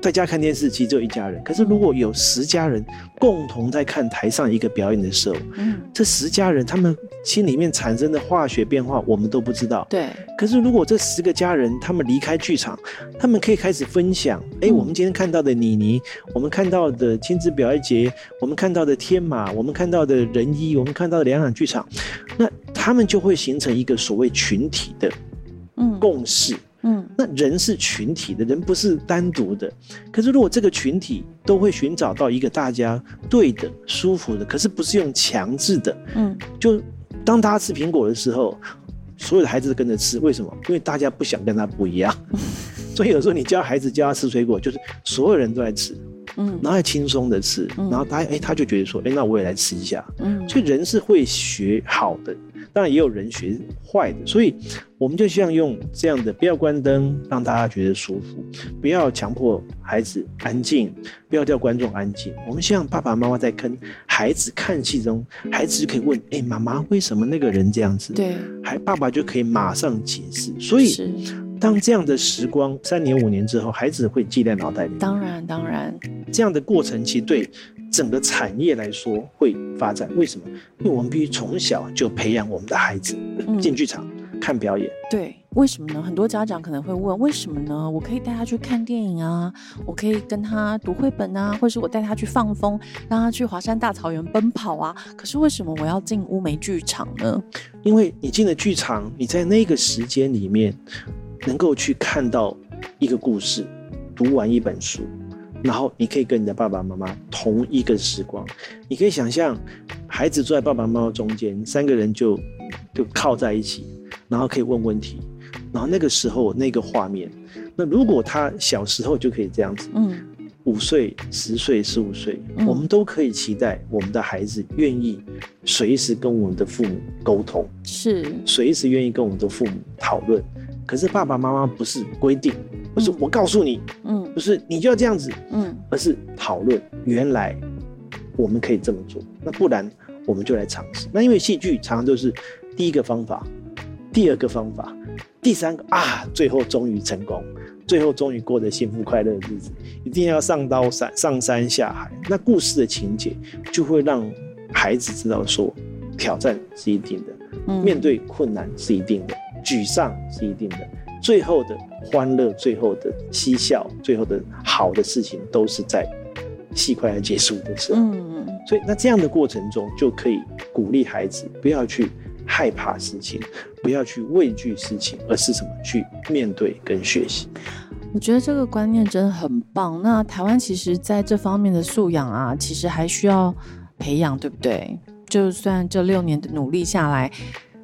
S2: 在家看电视其实只有一家人，可是如果有十家人共同在看台上一个表演的时候，
S1: 嗯，
S2: 这十家人他们心里面产生的化学变化，我们都不知道。
S1: 对
S2: 可是，如果这十个家人他们离开剧场，他们可以开始分享。哎、
S1: 嗯
S2: 我们今天看到的妮妮，我们看到的亲子表演节，我们看到的天马，我们看到的人医，我们看到的两场剧场，那他们就会形成一个所谓群体的
S1: 嗯
S2: 共识。
S1: 嗯
S2: 那人是群体的，人不是单独的。可是，如果这个群体都会寻找到一个大家对的、舒服的，可是不是用强制的，
S1: 嗯
S2: 就当大家吃苹果的时候，所有的孩子都跟着吃，为什么？因为大家不想跟他不一样。 <laughs> 所以有时候你教孩子教他吃水果，就是所有人都在吃，
S1: 嗯
S2: 然后还轻松的吃，
S1: 嗯
S2: 然后他哎、他就觉得说，哎、那我也来吃一下。
S1: 嗯，
S2: 所以人是会学好的，当然也有人学坏的。所以我们就希望用这样的，不要关灯，让大家觉得舒服，不要强迫孩子安静，不要叫观众安静。我们希望爸爸妈妈在跟孩子看戏中，孩子就可以问：“哎、妈妈，为什么那个人这样子？”，
S1: 对，
S2: 还爸爸就可以马上解释。所以
S1: 是
S2: 当这样的时光三年五年之后，孩子会记在脑袋里面。
S1: 当然当然，
S2: 这样的过程，其实对整个产业来说会发展。为什么？因为我们必须从小就培养我们的孩子
S1: 嗯
S2: 进剧场看表演。
S1: 对，为什么呢？很多家长可能会问，为什么呢？我可以带他去看电影啊，我可以跟他读绘本啊，或是我带他去放风，让他去华山大草原奔跑啊。可是为什么我要进乌梅剧场呢？
S2: 因为你进了剧场，你在那个时间里面能够去看到一个故事，读完一本书，然后你可以跟你的爸爸妈妈同一个时光，你可以想象，孩子坐在爸爸妈妈中间，三个人就就靠在一起，然后可以问问题，然后那个时候那个画面，那如果他小时候就可以这样子，
S1: 嗯
S2: 五岁、十岁、十五岁，
S1: 嗯
S2: 我们都可以期待我们的孩子愿意随时跟我们的父母沟通，
S1: 是
S2: 随时愿意跟我们的父母讨论。可是爸爸妈妈不是规定，不是
S1: 嗯
S2: 我告诉你，
S1: 嗯
S2: 不是你就要这样子，
S1: 嗯
S2: 而是讨论原来我们可以这么做，那不然我们就来尝试。那因为戏剧常常就是第一个方法，第二个方法，第三个啊，最后终于成功，最后终于过得幸福快乐的日子，一定要上刀山上山下海。那故事的情节就会让孩子知道说，挑战是一定的，
S1: 嗯，
S2: 面对困难是一定的，沮丧是一定的。最后的欢乐，最后的嬉笑，最后的好的事情，都是在戏快要结束的时候。
S1: 嗯
S2: 所以那这样的过程中，就可以鼓励孩子不要去害怕事情，不要去畏惧事情，而是什么去面对跟学习。
S1: 我觉得这个观念真的很棒。那台湾其实在这方面的素养啊，其实还需要培养，对不对？就算这六年的努力下来，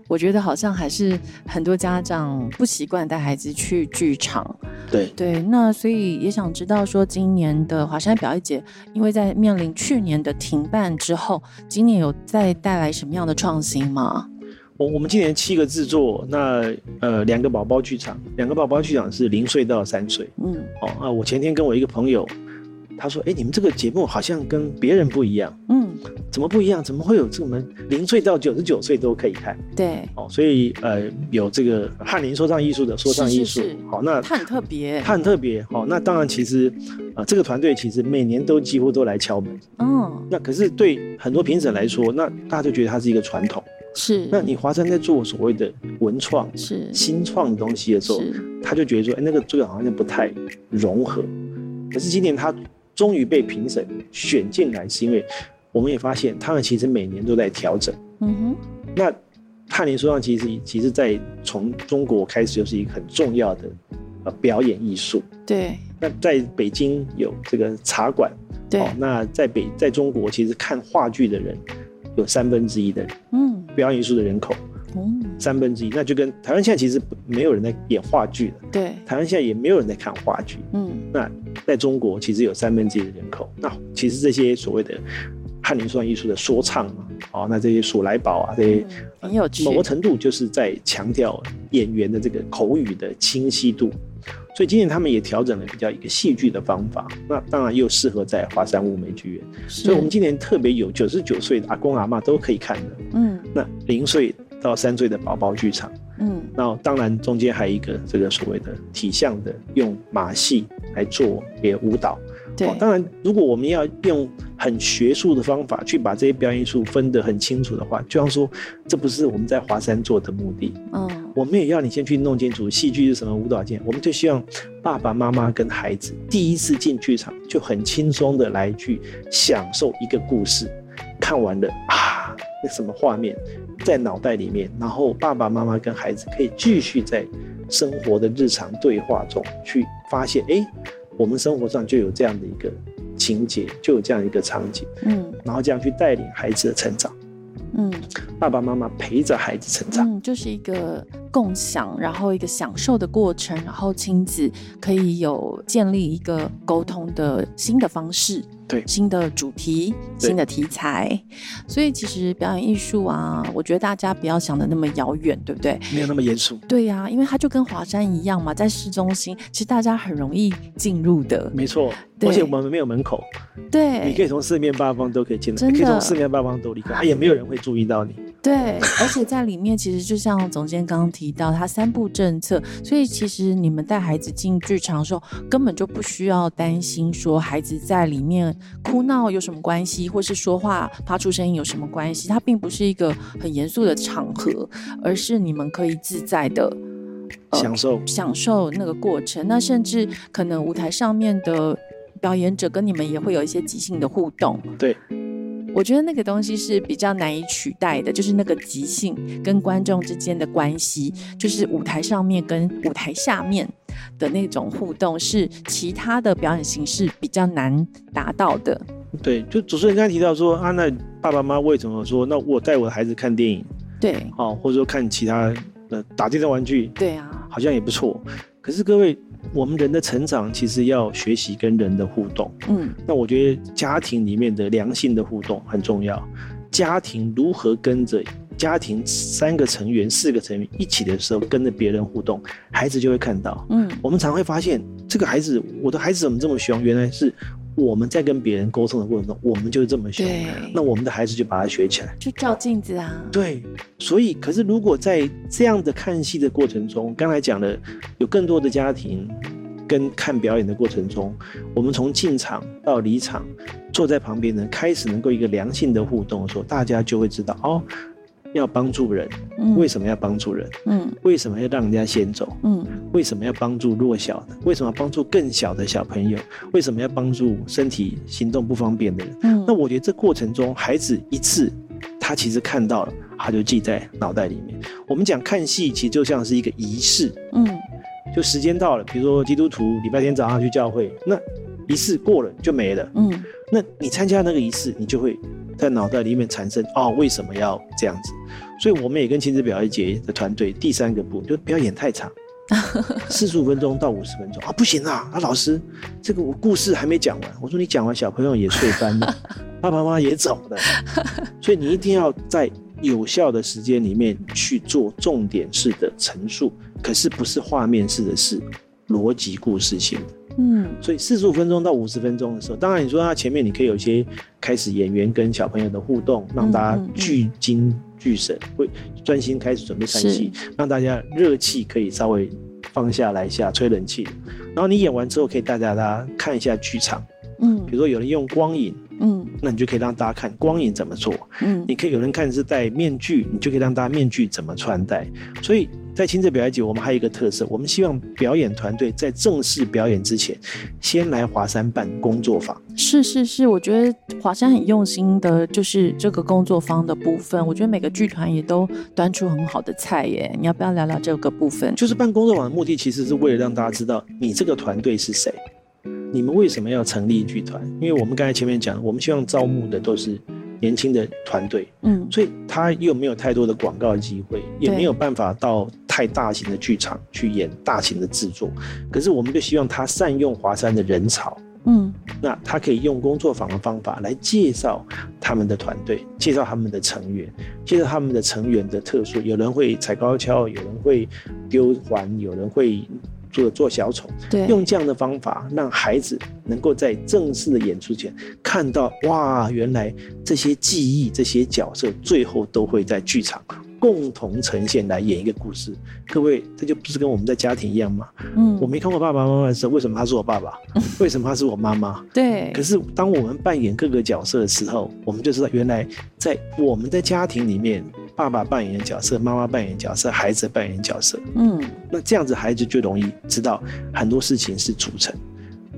S1: 我觉得好像还是很多家长不习惯带孩子去剧场。
S2: 对，
S1: 对，那所以也想知道说，今年的华山表演节，因为在面临去年的停办之后，今年有再带来什么样的创新吗？
S2: 我我们今年七个制作，那呃两个宝宝剧场，两个宝宝剧场是零岁到三岁
S1: 嗯
S2: 哦啊。我前天跟我一个朋友，他说：“哎，你们这个节目好像跟别人不一样，
S1: 嗯，
S2: 怎么不一样？怎么会有这么零岁到九十九岁都可以看
S1: 对，
S2: 哦？”所以呃有这个翰林说唱艺术的说唱艺术，
S1: 是是是
S2: 好那
S1: 它很特别，
S2: 呃它很特别哦。那当然，其实呃，这个团队其实每年都几乎都来敲门。
S1: 嗯，
S2: 那可是对很多评审来说，那大家就觉得它是一个传统。
S1: 是，
S2: 那你华山在做所谓的文创、
S1: 是
S2: 新创的东西的时候，
S1: 是，
S2: 他就觉得说，哎、那个这个好像不太融合。可是今年他终于被评审选进来，是因为我们也发现他们其实每年都在调整。
S1: 嗯哼，
S2: 那翰林说唱其实其实在从中国开始就是一个很重要的呃表演艺术。
S1: 对
S2: 那在北京有这个茶馆，哦
S1: 对，
S2: 那在北在中国其实看话剧的人有三分之一的人
S1: 嗯
S2: 表演艺术的人口
S1: 嗯，
S2: 三分之一，那就跟台湾现在其实不没有人在演话剧了，
S1: 对，
S2: 台湾现在也没有人在看话剧。
S1: 嗯
S2: 那在中国其实有三分之一的人口，那其实这些所谓的汉民说唱艺术的说唱啊，哦，那这些鼠来宝啊这些。
S1: 嗯很有趣
S2: 某，个程度就是在强调演员的这个口语的清晰度。所以今年他们也调整了比较一个戏剧的方法，那当然又适合在华山舞美剧院。所
S1: 所
S2: 以我们今年特别有九十九岁的阿公阿嬷都可以看的，
S1: 嗯
S2: 那零岁到三岁的宝宝剧场。
S1: 嗯
S2: 那当然中间还有一个这个所谓的体相的，用马戏来做给舞蹈。
S1: 对
S2: 哦，当然，如果我们要用很学术的方法去把这些表演艺术分得很清楚的话，就像说，这不是我们在华山做的目的，
S1: 嗯
S2: 我们也要你先去弄清楚戏剧是什么，舞蹈界，我们就希望爸爸妈妈跟孩子第一次进剧场就很轻松的来去享受一个故事，看完了啊，那什么画面在脑袋里面，然后爸爸妈妈跟孩子可以继续在生活的日常对话中去发现，诶，我们生活上就有这样的一个情节，就有这样一个场景，
S1: 嗯
S2: 然后这样去带领孩子的成长，
S1: 嗯
S2: 爸爸妈妈陪着孩子成长。
S1: 嗯，就是一个共享，然后一个享受的过程，然后亲子可以有建立一个沟通的新的方式。
S2: 对
S1: 新的主题、
S2: 对
S1: 新的题材，所以其实表演艺术啊，我觉得大家不要想的那么遥远，对不对？
S2: 没有那么严肃，
S1: 对呀、因为它就跟华山一样嘛，在市中心，其实大家很容易进入的。
S2: 没错，
S1: 对
S2: 而且我们没有门口，你可
S1: 对
S2: 以从四面八方都可以进来，
S1: 真的
S2: 可以从四面八方都离开，啊也没有人会注意到你。
S1: 对，而且在里面其实就像总监刚刚提到，他三步政策，所以其实你们带孩子进剧场的时候，根本就不需要担心说孩子在里面哭闹有什么关系，或是说话发出声音有什么关系，它并不是一个很严肃的场合，而是你们可以自在的嗯
S2: 享受
S1: 享受那个过程。那甚至可能舞台上面的表演者跟你们也会有一些即兴的互动。
S2: 对，
S1: 我觉得那个东西是比较难以取代的，就是那个即兴跟观众之间的关系，就是舞台上面跟舞台下面的那种互动，是其他的表演形式比较难达到的。
S2: 对，就主持人刚才提到说啊，那爸爸妈妈为什么说那我带我的孩子看电影
S1: 对，
S2: 啊、哦，或者说看其他呃打电动玩具，
S1: 对啊，
S2: 好像也不错。可是各位，我们人的成长其实要学习跟人的互动。
S1: 嗯，
S2: 那我觉得家庭里面的良性的互动很重要。家庭如何跟着家庭三个成员、四个成员一起的时候跟着别人互动，孩子就会看到。
S1: 嗯，
S2: 我们常会发现，这个孩子，我的孩子怎么这么凶？原来是我们在跟别人沟通的过程中，我们就是这么凶。
S1: 对，
S2: 那我们的孩子就把它学起来。
S1: 就照镜子啊，
S2: 对，所以可是如果在这样的看戏的过程中，刚才讲的有更多的家庭跟看表演的过程中，我们从进场到离场，坐在旁边的人开始能够一个良性的互动的时候，大家就会知道哦，要帮助人，
S1: 嗯
S2: 为什么要帮助人？
S1: 嗯
S2: 为什么要让人家先走？
S1: 嗯，
S2: 为什么要帮助弱小的？为什么要帮助更小的小朋友？为什么要帮助身体行动不方便的人？
S1: 嗯
S2: 那我觉得这过程中，孩子一次他其实看到了，他就记在脑袋里面。我们讲看戏，其实就像是一个仪式，
S1: 嗯
S2: 就时间到了，比如说基督徒礼拜天早上去教会，那仪式过了就没了。
S1: 嗯
S2: 那你参加那个仪式，你就会在脑袋里面产生哦，为什么要这样子？所以我们也跟亲子表演节的团队第三个步，就不要演太长，四十五分钟到五十分钟啊，不行啦！啊，老师，这个我故事还没讲完。我说你讲完，小朋友也睡翻了，爸爸妈妈也走了，所以你一定要在有效的时间里面去做重点式的陈述，可是不是画面式的是逻辑故事性的。
S1: 嗯
S2: 所以四十五分钟到五十分钟的时候，当然你说它前面你可以有一些开始演员跟小朋友的互动，让大家
S1: 嗯嗯
S2: 聚精聚神，会专心开始准备看戏，让大家热气可以稍微放下来一下，吹冷气。然后你演完之后，可以带大家看一下剧场，比
S1: 嗯
S2: 如说有人用光影，
S1: 嗯
S2: 那你就可以让大家看光影怎么做。
S1: 嗯
S2: 你可以有人看是戴面具，你就可以让大家面具怎么穿戴。所以在亲子表演节，我们还有一个特色，我们希望表演团队在正式表演之前，先来华山办工作坊。
S1: 是是是，我觉得华山很用心的，就是这个工作方的部分，我觉得每个剧团也都端出很好的菜耶。你要不要聊聊这个部分？
S2: 就是办工作坊的目的，其实是为了让大家知道你这个团队是谁，你们为什么要成立剧团？因为我们刚才前面讲，我们希望招募的都是年轻的团队，
S1: 嗯
S2: 所以他又没有太多的广告机会，也
S1: 对
S2: 没有办法到太大型的剧场去演大型的制作。可是我们就希望他善用华山的人潮，
S1: 嗯
S2: 那他可以用工作坊的方法来介绍他们的团队，介绍他们的成员，介绍他们的成员的特殊。有人会踩高跷，有人会丢环，有人会做做小丑。
S1: 对，
S2: 用这样的方法，让孩子能够在正式的演出前看到，哇，原来这些记忆、这些角色最后都会在剧场共同呈现来演一个故事。各位，这就不是跟我们在家庭一样吗？
S1: 嗯
S2: 我没看过爸爸妈妈的时候，为什么他是我
S1: <laughs>
S2: 爸爸？为什么他是我妈妈？
S1: 对
S2: 可是当我们扮演各个角色的时候，我们就知道原来在我们的家庭里面，爸爸扮演角色，妈妈扮演角色，孩子扮演角色。
S1: 嗯
S2: 那这样子孩子就容易知道很多事情是组成。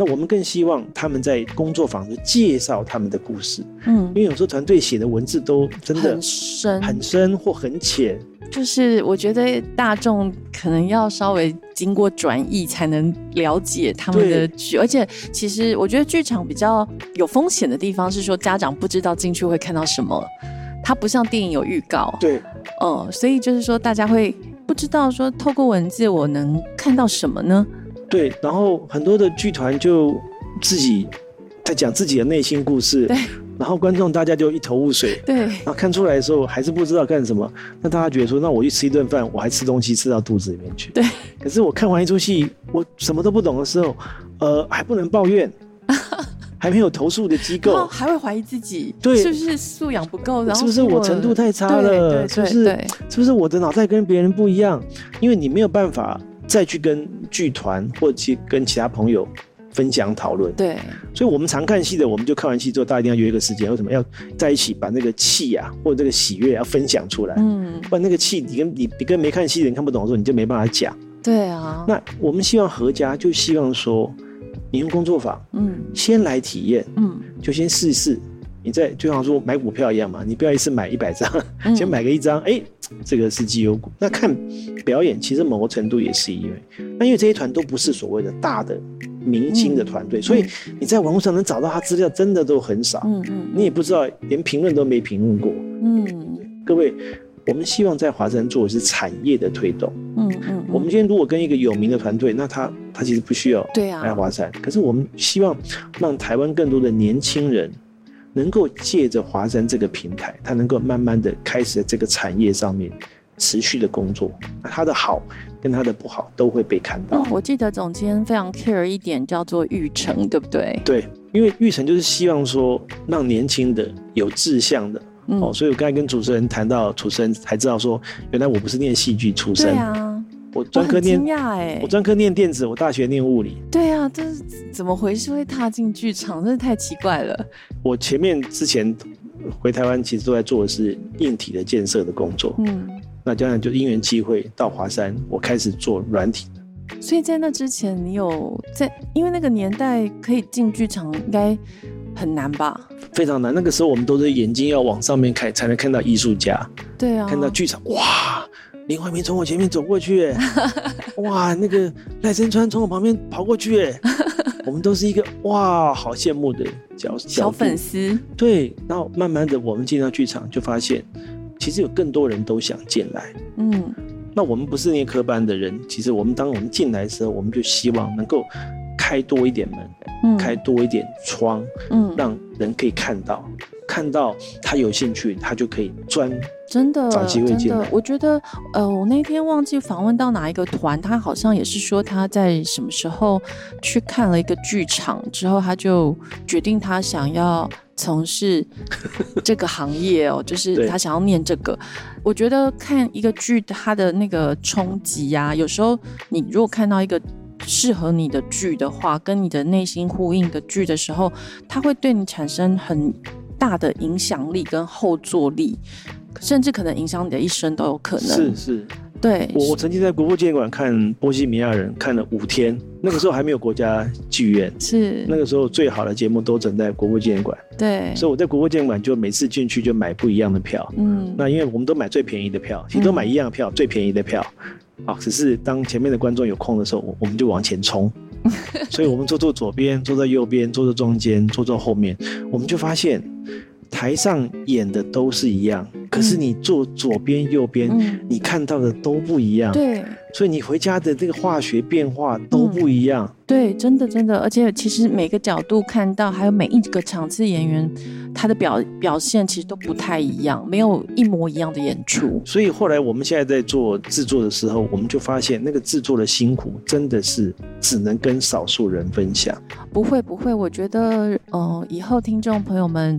S2: 那我们更希望他们在工作坊中介绍他们的故事，
S1: 嗯
S2: 因为有时候团队写的文字都真的
S1: 很深，
S2: 很深或很浅，
S1: 就是我觉得大众可能要稍微经过转译才能了解他们的
S2: 对
S1: 剧，而且其实我觉得剧场比较有风险的地方是说家长不知道进去会看到什么，它不像电影有预告，
S2: 对
S1: 嗯，所以就是说大家会不知道说透过文字我能看到什么呢？
S2: 对。然后很多的剧团就自己在讲自己的内心故事
S1: 对，
S2: 然后观众大家就一头雾水。
S1: 对，
S2: 然后看出来的时候还是不知道干什么，那大家觉得说，那我去吃一顿饭，我还吃东西吃到肚子里面去。
S1: 对。
S2: 可是我看完一出戏，我什么都不懂的时候，呃，还不能抱
S1: <laughs>
S2: 怨，还没有投诉的机
S1: 然后
S2: 构，
S1: 还会怀疑自己，
S2: 对
S1: 是不是素养不够，然后
S2: 是不是我程度太差了？
S1: 对对
S2: 是不
S1: 对
S2: 是
S1: 对，
S2: 是不是我的脑袋跟别人不一样？因为你没有办法再去跟剧团或去跟其他朋友分享讨论。
S1: 对，
S2: 所以我们常看戏的，我们就看完戏之后，大家一定要约一个时间，为什么要在一起把那个气呀、或者这个喜悦要分享出来？
S1: 嗯，
S2: 不然那个气，你跟你你跟没看戏的人看不懂的时候，你就没办法讲。
S1: 对啊，
S2: 那我们希望合家就希望说，你用工作坊
S1: 嗯
S2: 先来体验，
S1: 嗯
S2: 就先试试，你在就像说买股票一样嘛，你不要一次买一百张，
S1: 嗯
S2: 先买个一张，哎、这个是绩优股。那看表演，其实某个程度也是因为，那因为这些团都不是所谓的大的明星的团队，所以你在网络上能找到他资料真的都很少，
S1: 嗯嗯
S2: 你也不知道，连评论都没评论过。
S1: 嗯
S2: 各位，我们希望在华山做的是产业的推动。
S1: 嗯嗯，
S2: 我们今天如果跟一个有名的团队，那他他其实不需要
S1: 对啊
S2: 来华山，可哎是我们希望让台湾更多的年轻人能够借着华山这个平台，他能够慢慢的开始在这个产业上面持续的工作，那他的好跟他的不好都会被看到。
S1: 嗯我记得总监非常 care 一点叫做育成，对不对？
S2: 对，因为玉成就是希望说让年轻的有志向的。
S1: 嗯
S2: 哦，所以我刚才跟主持人谈到出身，才知道说原来我不是念戏剧出
S1: 对
S2: 身，
S1: 啊，
S2: 我
S1: 我
S2: 专科
S1: 很
S2: 念
S1: 惊讶哎
S2: 我，专科念电子，我大学念物理。
S1: 对啊，这是怎么回事会踏进剧场，真是太奇怪了。
S2: 我前面之前回台湾，其实都在做的是硬体的建设的工作。
S1: 嗯，
S2: 那当然就因缘机会到华山，我开始做软体。
S1: 所以在那之前，你有在因为那个年代可以进剧场应该很难吧？
S2: 非常难，那个时候我们都是眼睛要往上面看，才能看到艺术家，
S1: 对啊，
S2: 看到剧场。哇，林怀民从我前面走过
S1: <laughs>
S2: 去、欸，哇，那个赖声川从我旁边跑过去、
S1: <laughs>
S2: 欸，我们都是一个哇，好羡慕的角
S1: 小
S2: 角度
S1: 粉丝，
S2: 对，然后慢慢的我们进到剧场，就发现其实有更多人都想进来。
S1: 嗯
S2: 那我们不是念科班的人，其实我们当我们进来的时候，我们就希望能够开多一点门，
S1: 嗯，
S2: 开多一点窗，
S1: 嗯，
S2: 让人可以看到，看到他有兴趣，他就可以钻。
S1: 真的，
S2: 找机会
S1: 真
S2: 进
S1: 的
S2: 来，
S1: 我觉得，呃，我那天忘记访问到哪一个团，他好像也是说他在什么时候去看了一个剧场之后，他就决定他想要从事这个行业哦，就是
S2: 对
S1: 他想要念这个。我觉得看一个剧，它的那个冲击啊，有时候你如果看到一个。适合你的剧的话，跟你的内心呼应的剧的时候，它会对你产生很大的影响力跟后坐力。甚至可能影响你的一生都有可能。
S2: 是，是，
S1: 对，
S2: 我我曾经在国父纪念馆看《波西米亚人》看了五天，那个时候还没有国家剧院。
S1: 是，
S2: 那个时候最好的节目都整在国父纪念馆，
S1: 对，
S2: 所以我在国父纪念馆就每次进去就买不一样的票。
S1: 嗯，
S2: 那因为我们都买最便宜的票，其实都买一样的票，最便宜的票。啊，只是当前面的观众有空的时候，我我们就往前
S1: <laughs>
S2: 冲。所以我们坐坐左边，坐在右边，坐在中间，坐在后面，我们就发现台上演的都是一样，可是你坐左边、右边，
S1: 嗯，
S2: 你看到的都不一样，
S1: 对
S2: 所以你回家的这个化学变化都不一样。
S1: 对，真的真的，而且其实每个角度看到，还有每一个场次演员他的表表现其实都不太一样，没有一模一样的演出。
S2: 所以后来我们现在在做制作的时候，我们就发现那个制作的辛苦真的是只能跟少数人分享。
S1: 不会不会，我觉得，呃，以后听众朋友们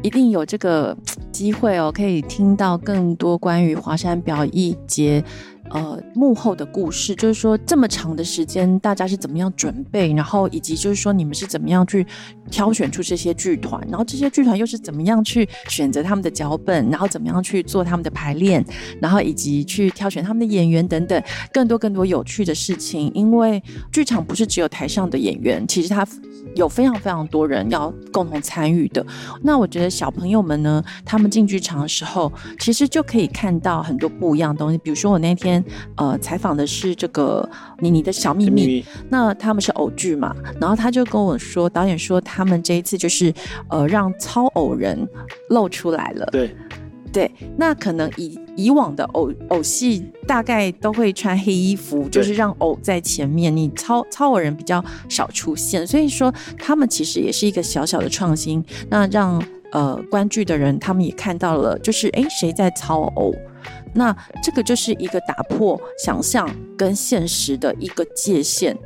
S1: 一定有这个呃机会哦，可以听到更多关于华山表艺节。呃，幕后的故事就是说，这么长的时间，大家是怎么样准备，然后以及就是说，你们是怎么样去挑选出这些剧团，然后这些剧团又是怎么样去选择他们的脚本，然后怎么样去做他们的排练，然后以及去挑选他们的演员等等，更多更多有趣的事情。因为剧场不是只有台上的演员，其实它有非常非常多人要共同参与的。那我觉得小朋友们呢，他们进剧场的时候，其实就可以看到很多不一样的东西。比如说我那天呃采访的是这个妮妮的小秘
S2: 嗯
S1: 密，那他们是偶剧嘛，然后他就跟我说，导演说他们这一次就是呃让超偶人露出来了。
S2: 对，
S1: 对，那可能以以往的偶偶戏大概都会穿黑衣服，就是让偶在前面，你超超偶人比较少出现，所以说他们其实也是一个小小的创新，那让呃观剧的人他们也看到了，就是诶谁在超偶。那这个就是一个打破想象跟现实的一个界限，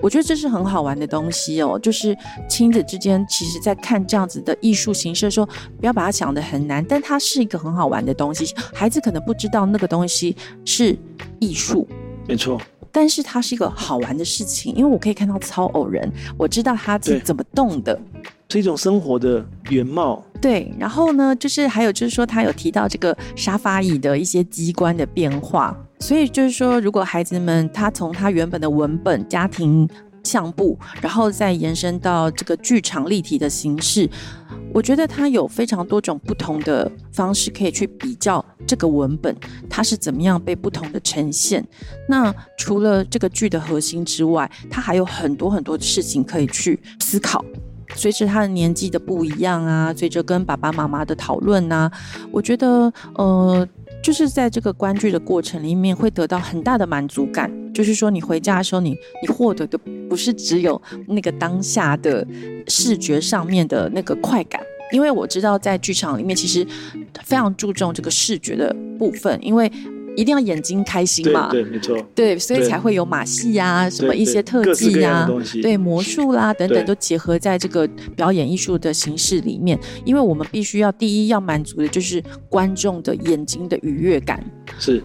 S1: 我觉得这是很好玩的东西哦。就是亲子之间，其实在看这样子的艺术形式的时候，不要把它想得很难，但它是一个很好玩的东西。孩子可能不知道那个东西是艺术，
S2: 没错。
S1: 但是它是一个好玩的事情，因为我可以看到超偶人，我知道他是
S2: 对
S1: 怎么动的。
S2: 是一种生活的原貌。
S1: 对，然后呢，就是还有就是说，他有提到这个沙发椅的一些机关的变化，所以就是说，如果孩子们他从他原本的文本家庭。相簿，然后再延伸到这个剧场立体的形式。我觉得它有非常多种不同的方式可以去比较这个文本，它是怎么样被不同的呈现。那除了这个剧的核心之外，它还有很多很多的事情可以去思考。随着他的年纪的不一样啊，随着跟爸爸妈妈的讨论呐、我觉得呃，就是在这个观剧的过程里面会得到很大的满足感。就是说，你回家的时候你，你获得的不是只有那个当下的视觉上面的那个快感。因为我知道在剧场里面，其实非常注重这个视觉的部分，因为一定要眼睛开心
S2: 对
S1: 嘛，
S2: 对，没错，
S1: 对所以
S2: 对
S1: 才会有马戏呀、什么
S2: 对
S1: 一些
S2: 对
S1: 特
S2: 各式各
S1: 技呀、
S2: 样的东西，
S1: 对魔术啦等等
S2: 对
S1: 都结合在这个表演艺术的形式里面，因为我们必须要第一要满足的就是观众的眼睛的愉悦感，
S2: 是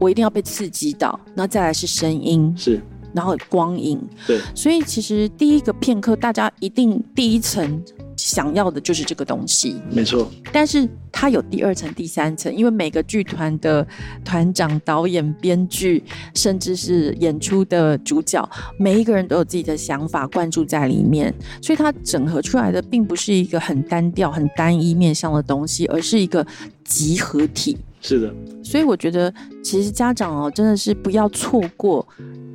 S1: 我一定要被刺激到，然后再来是声音，
S2: 是，
S1: 然后光影，
S2: 对，
S1: 所以其实第一个片刻大家一定第一层想要的就是这个东西，
S2: 没错，
S1: 但是它有第二层、第三层，因为每个剧团的团长、导演、编剧，甚至是演出的主角，每一个人都有自己的想法灌注在里面，所以它整合出来的并不是一个很单调、很单一面向的东西，而是一个集合体。
S2: 是的，
S1: 所以我觉得，其实家长哦，真的是不要错过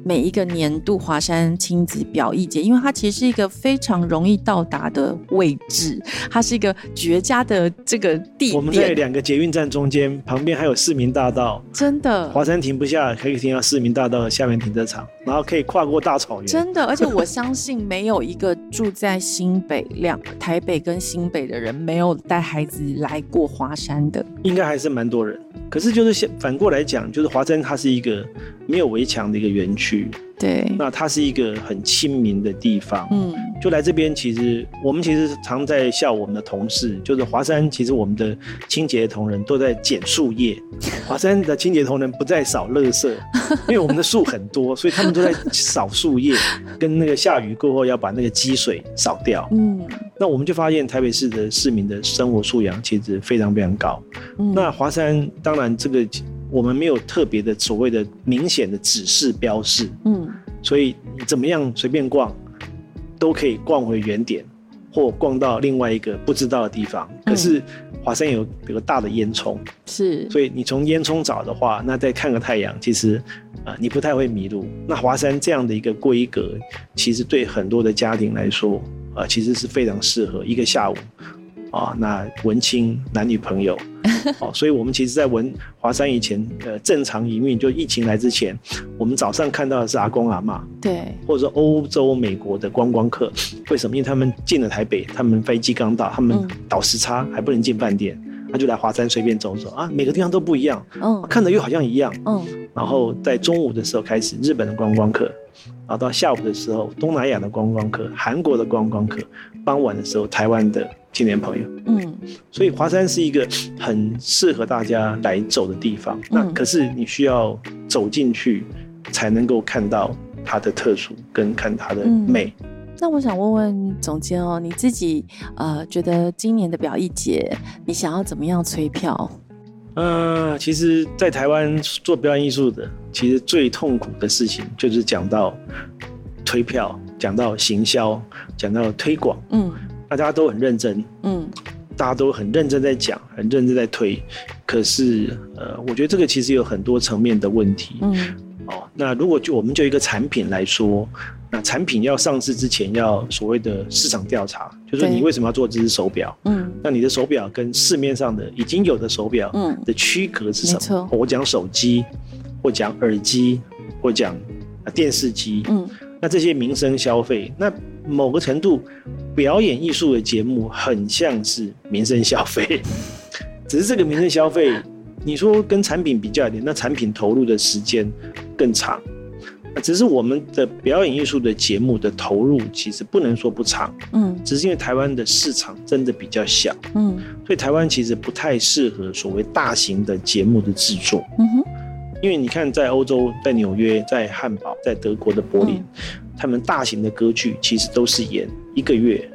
S1: 每一个年度华山亲子表意节，因为它其实是一个非常容易到达的位置，它是一个绝佳的这个地
S2: 我们在
S1: 点，
S2: 两个捷运站中间，旁边还有市民大道，
S1: 真的。
S2: 华山停不下，可以停到市民大道的下面停车场，然后可以跨过大草原。
S1: 真的，而且我相信没有一个住在新北、两台北跟新北的人没有带孩子来过华山的。
S2: 应该还是蛮多人。可是就是现反过来讲，就是华山它是一个没有围墙的一个园区，
S1: 对，
S2: 那它是一个很亲民的地方。
S1: 嗯，
S2: 就来这边，其实我们其实常在笑我们的同事，就是华山，其实我们的清洁同仁都在捡树叶，华山的清洁同仁不在扫垃圾，因为我们的树很多，所以他们都在扫树叶，跟那个下雨过后要把那个积水扫掉。
S1: 嗯
S2: 那我们就发现台北市的市民的生活素养其实非常非常高。
S1: 嗯，
S2: 那华山当然这个我们没有特别的所谓的明显的指示标示，
S1: 嗯
S2: 所以你怎么样随便逛，都可以逛回原点，或逛到另外一个不知道的地方。可是华山有有个大的烟囱，
S1: 是，
S2: 所以你从烟囱找的话，那再看个太阳，其实啊、呃你不太会迷路。那华山这样的一个规格，其实对很多的家庭来说，啊、其实是非常适合一个下午。啊、那文青男女朋友，哦，所以我们其实，在文华山以前，呃，正常营运，就疫情来之前，我们早上看到的是阿公阿妈，
S1: 对，
S2: 或者说欧洲、美国的观光客，为什么？因为他们进了台北，他们飞机刚到，他们
S1: 嗯
S2: 倒时差还不能进饭店，他就来华山随便走走啊，每个地方都不一样，
S1: 嗯
S2: 看的又好像一样。
S1: 嗯
S2: 然后在中午的时候开始，日本的观光客，然后到下午的时候，东南亚的观光客、韩国的观光客，傍晚的时候，台湾的青年朋友。
S1: 嗯，
S2: 所以华山是一个很适合大家来走的地方。那可是你需要走进去，才能够看到它的特殊跟看它的美。
S1: 那我想问问总监哦，你自己呃觉得今年的表艺节，你想要怎么样催票？
S2: 呃，其实，在台湾做表演艺术的，其实最痛苦的事情就是讲到推票，讲到行销，讲到推广，
S1: 嗯
S2: 大家都很认真，
S1: 嗯
S2: 大家都很认真在讲，很认真在推。可是，呃，我觉得这个其实有很多层面的问题。
S1: 嗯
S2: 哦，那如果就我们就一个产品来说，那产品要上市之前要所谓的市场调查，就是说
S1: 对
S2: 你为什么要做这只手表？
S1: 嗯
S2: 那你的手表跟市面上的已经有的手表
S1: 嗯
S2: 的区隔是什
S1: 没错
S2: 么？哦我讲手机，或讲耳机，或讲呃电视机，
S1: 嗯
S2: 那这些民生消费，那某个程度，表演艺术的节目很像是民生消费， <laughs> 只是这个民生消费，你说跟产品比较一点，那产品投入的时间更长。那只是我们的表演艺术的节目的投入，其实不能说不长，
S1: 嗯
S2: 只是因为台湾的市场真的比较小，
S1: 嗯
S2: 所以台湾其实不太适合所谓大型的节目的制作。
S1: 嗯哼
S2: 因为你看，在欧洲，在纽约，在汉堡，在德国的柏林，
S1: 嗯
S2: 他们大型的歌剧其实都是演一个月，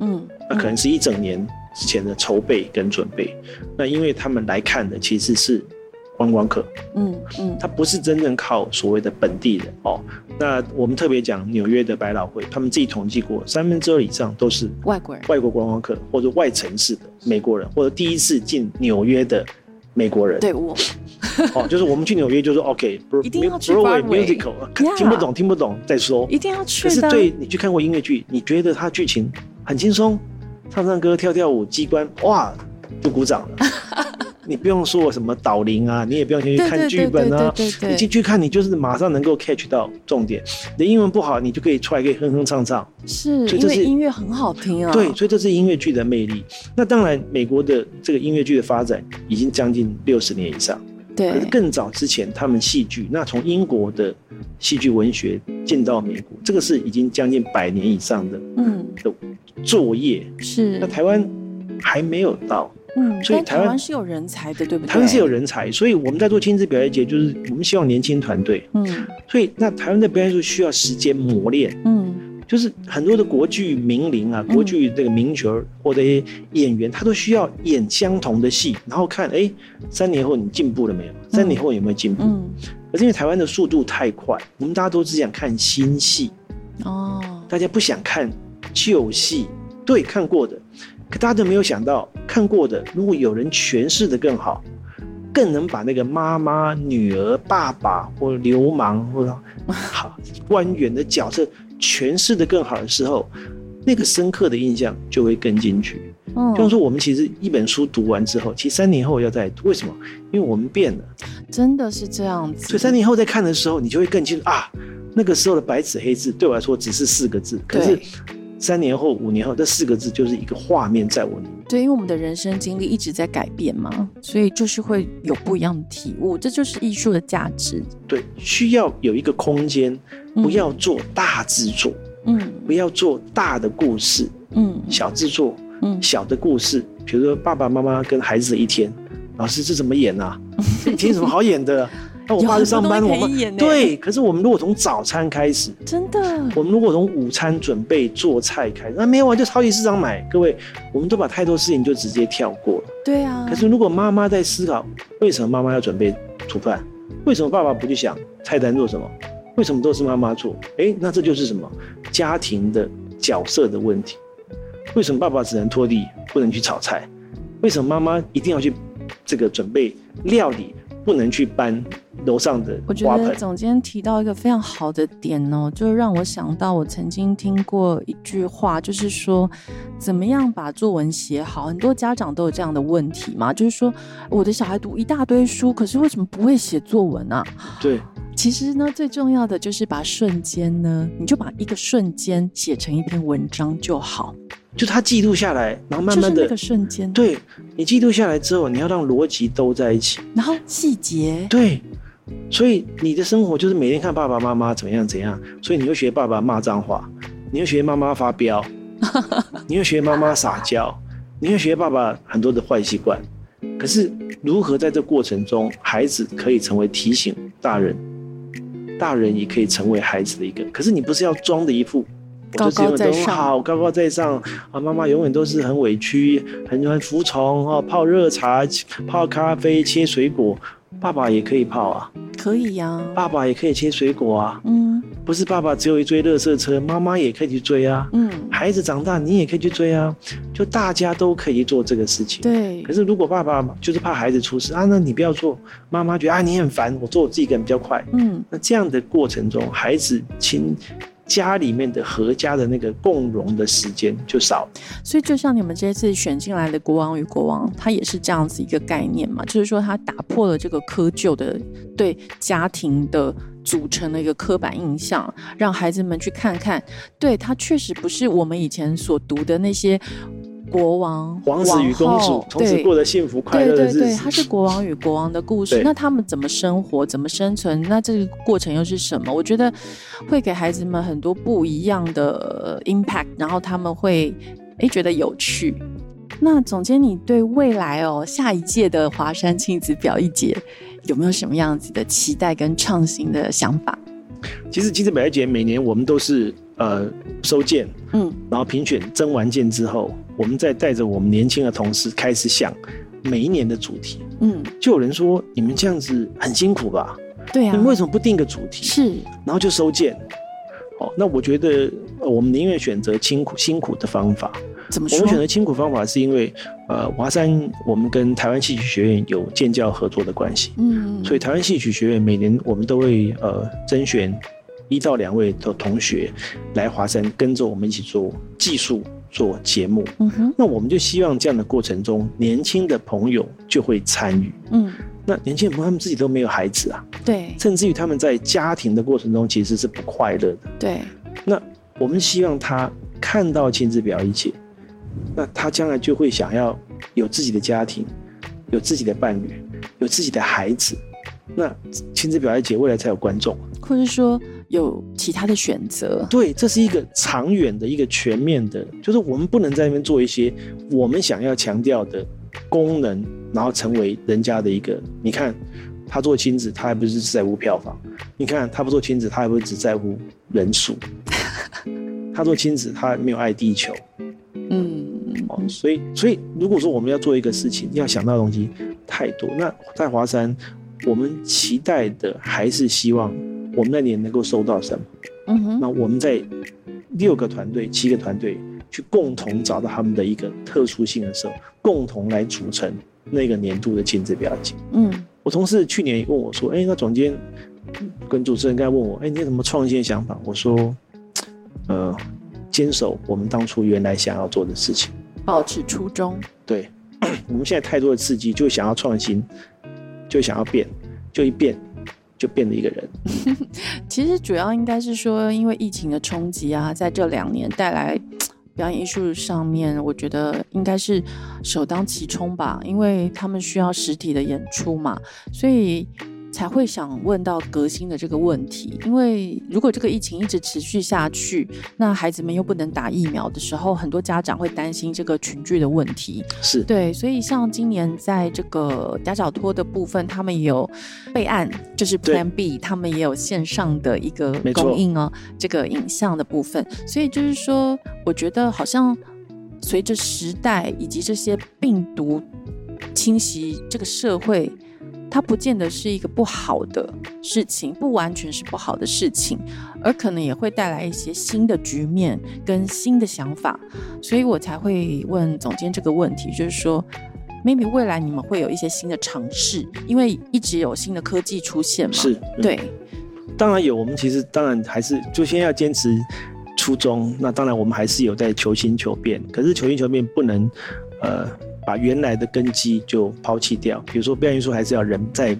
S1: 嗯，
S2: 那可能是一整年之前的筹备跟准备。那因为他们来看的其实是观光客，
S1: 嗯嗯
S2: 它不是真正靠所谓的本地人哦。那我们特别讲纽约的百老汇，他们自己统计过，三分之二以上都是
S1: 外国人，
S2: 外国观光客或者外城市的美国人，或者第一次进纽约的美国人。
S1: 对我
S2: 哦，就是我们去纽约就是 OK，不
S1: 一
S2: 是
S1: 定要去
S2: Broadway
S1: Broadway
S2: musical，呃
S1: Yeah
S2: 听不懂听不懂再说。
S1: 一定要去
S2: 可是
S1: 的，
S2: 对你去看过音乐剧，你觉得它剧情很轻松，唱唱歌、跳跳舞、机关，哇，就鼓掌
S1: <laughs>
S2: 了。你不用说什么导聆啊，你也不用先去
S1: 对
S2: 看
S1: 对
S2: 剧
S1: 对
S2: 本
S1: 对
S2: 啊
S1: 对，对
S2: 你
S1: 对，
S2: 进去看，你就是马上能够 catch 到重点。你的英文不好，你就可以出来可以哼哼唱唱。
S1: 是
S2: 所以
S1: 因
S2: 这
S1: 为
S2: 是
S1: 音乐很好听啊，
S2: 对，所以这是音乐剧的魅力。那当然，美国的这个音乐剧的发展已经将近六十年以上。可
S1: 对，
S2: 是更早之前，他们戏剧，那从英国的戏剧文学进到美国，这个是已经将近百年以上的
S1: 嗯
S2: 作业。
S1: 是
S2: 那，台湾还没有到，
S1: 嗯，
S2: 所以
S1: 但
S2: 台
S1: 台
S2: 湾
S1: 湾是有人才的，对不对？
S2: 台湾是有，人才，所以我们在做亲子表演节，就是我们希望年轻团队。
S1: 嗯
S2: 所以那台湾的表演艺术需要时间磨练。
S1: 嗯
S2: 就是很多的国剧名伶啊，
S1: 嗯
S2: 国剧这个名角儿或者一些演员，他都需要演相同的戏，然后看，哎，三年后你进步了没有？三年后有没有进步？
S1: 嗯，
S2: 可是因为台湾的速度太快，我们大家都只想看新戏，
S1: 哦，
S2: 大家不想看旧戏。对，看过的，可大家都没有想到，看过的如果有人诠释的更好，更能把那个妈妈、女儿、爸爸或流氓或者好官员的角色诠释的更好的时候，那个深刻的印象就会跟进去。
S1: 嗯
S2: 就像说，我们其实一本书读完之后，其实三年后要再读，为什么？因为我们变了。
S1: 嗯真的是这样子，
S2: 所以三年后再看的时候，你就会更清楚啊，那个时候的白纸黑字对我来说只是四个字，可是
S1: 对
S2: 三年后、五年后，这四个字就是一个画面在我里面。
S1: 对，因为我们的人生经历一直在改变嘛，所以就是会有不一样的体悟，这就是艺术的价值。
S2: 对，需要有一个空间，
S1: 嗯
S2: 不要做大制作，
S1: 嗯
S2: 不要做大的故事，
S1: 嗯
S2: 小制作，
S1: 嗯
S2: 小的故事，比如说爸爸妈妈跟孩子的一天，老师这怎么演
S1: <laughs>
S2: 啊？这一天有什么好演的？那我爸去上班，
S1: 有
S2: 我
S1: 很多东西可以
S2: 妈
S1: 演欸
S2: 对，可是我们如果从早餐开始，
S1: 真的，
S2: 我们如果从午餐准备做菜开始，那没有啊，就超级市场买。各位，我们都把太多事情就直接跳过了。
S1: 对啊，
S2: 可是如果妈妈在思考，为什么妈妈要准备煮饭？为什么爸爸不去想菜单做什么？为什么都是妈妈做？诶，那这就是什么家庭的角色的问题？为什么爸爸只能拖地，不能去炒菜？为什么妈妈一定要去这个准备料理，不能去搬楼上的
S1: 我觉
S2: 花
S1: 得
S2: 盆？
S1: 总监提到一个非常好的点哦，就让我想到我曾经听过一句话，就是说怎么样把作文写好。很多家长都有这样的问题嘛，就是说我的小孩读一大堆书，可是为什么不会写作文啊？
S2: 对，
S1: 其实呢，最重要的就是把瞬间呢，你就把一个瞬间写成一篇文章就好，
S2: 就他记录下来，然后慢
S1: 就
S2: 慢
S1: 是
S2: 的
S1: 那个瞬间，，
S2: 对你记录下来之后，你要让逻辑都在一起。
S1: 然后细节，
S2: 对，所以你的生活就是每天看爸爸妈妈怎么样怎样，所以你又学爸爸骂脏话，你又学妈妈发飙，你又学妈妈撒娇，你又学爸爸很多的坏习惯。可是如何在这过程中，孩子可以成为提醒大人，大人也可以成为孩子的一个。可是你不是要装的一副。我就是
S1: 高
S2: 永
S1: 高
S2: 远
S1: 在
S2: 都很
S1: 上
S2: 好，高高在上啊！妈妈永远都是很委屈，很很服从哦。泡热茶、泡咖啡、切水果，爸爸也可以泡啊，
S1: 可以呀、
S2: 爸爸也可以切水果啊。
S1: 嗯
S2: 不是爸爸只有一追垃圾车，妈妈也可以去追啊。
S1: 嗯，
S2: 孩子长大，你也可以去追啊。就大家都可以做这个事情。
S1: 对
S2: 可，是如果爸爸就是怕孩子出事啊，那你不要做。妈妈觉得啊你很烦，我做我自己一个人比较快。
S1: 嗯
S2: 那这样的过程中，孩子亲家里面的合家的那个共融的时间就少了。
S1: 所以就像你们这次选进来的《国王与国王》，它也是这样子一个概念嘛，就是说它打破了这个窠臼的对家庭的组成的一个刻板印象，让孩子们去看看，对它确实不是我们以前所读的那些国王、
S2: 王子与公
S1: 王
S2: 主
S1: 后
S2: 从此
S1: 对
S2: 过得幸福快
S1: 对
S2: 乐的
S1: 对
S2: 日子。
S1: 对，它是国王与国王的故事
S2: 对。
S1: 那他们怎么生活，怎么生存？那这个过程又是什么？我觉得会给孩子们很多不一样的呃 impact，然后他们会诶觉得有趣。那总监，你对未来哦下一届的华山亲子表艺节有没有什么样子的期待跟创新的想法？
S2: 其实金子表节每年我们都是呃收件，
S1: 嗯，
S2: 然后评选征完件之后，我们再带着我们年轻的同事开始想每一年的主题，
S1: 嗯，
S2: 就有人说你们这样子很辛苦吧？
S1: 对啊，
S2: 你们为什么不定个主题？
S1: 是
S2: 然后就收件。哦，那我觉得呃我们宁愿选择辛苦辛苦的方法。
S1: 怎么
S2: 我
S1: 说
S2: 们？选择辛苦方法是因为，呃，华山我们跟台湾戏曲学院有建教合作的关系，
S1: 嗯，
S2: 所以
S1: 以
S2: 台湾戏曲学院每年我们都会呃甄选一到两位的同学来华山跟着我们一起做技术做节目。
S1: 嗯哼，
S2: 那我们就希望这样的过程中，年轻的朋友就会参与。
S1: 嗯，
S2: 那年轻人他们自己都没有孩子啊，
S1: 对
S2: 甚至于他们在家庭的过程中其实是不快乐的。
S1: 对，
S2: 那我们希望他看到亲子表一姐，那他将来就会想要有自己的家庭，有自己的伴侣，有自己的孩子。那亲子表一姐未来才有观众。
S1: 或者说有其他的选择，
S2: 对，这是一个长远的一个全面的，就是我们不能在那边做一些我们想要强调的功能，然后成为人家的一个。你看，他做亲子，他还不是只在乎票房？你看他不做亲子，他还不是只在乎人数？他做亲子，他没有爱地球。
S1: 嗯，
S2: 哦，所以所以如果说我们要做一个事情，要想到的东西太多。那在华山，我们期待的还是希望我们那年能够收到什么？
S1: 嗯哼，
S2: 那我们在六个团队、七个团队去共同找到他们的一个特殊性的时候，共同来组成那个年度的亲子表情。
S1: 嗯
S2: 我同事去年也问我说：“哎、那总监跟主持人刚才问我，哎、你有什么创新的想法？”我说：“呃，坚守我们当初原来想要做的事情。”
S1: 保持初衷，
S2: 对， <coughs> 我们现在太多的刺激，就想要创新，就想要变，就一变就变了一个人。
S1: 其实主要应该是说，因为疫情的冲击啊，在这两年带来表演艺术上面，我觉得应该是首当其冲吧，因为他们需要实体的演出嘛，所以才会想问到革新的这个问题。因为如果这个疫情一直持续下去，那孩子们又不能打疫苗的时候，很多家长会担心这个群聚的问题。
S2: 是，
S1: 对，所以像今年在这个家长托的部分，他们也有备案，就是 Plan B，他们也有线上的一个
S2: 没错
S1: 供应哦，这个影像的部分。所以就是说，我觉得好像随着时代以及这些病毒侵袭这个社会。它不见得是一个不好的事情，不完全是不好的事情，而可能也会带来一些新的局面跟新的想法。所以我才会问总监这个问题，就是说，maybe 未来你们会有一些新的尝试，因为一直有新的科技出现嘛。，
S2: 是，
S1: 对，
S2: 当然有，我们其实当然还是就先要坚持初衷。那当然，我们还是有在求新求变，可是求新求变不能呃把原来的根基就抛弃掉。比如说表演艺术，还是要人在。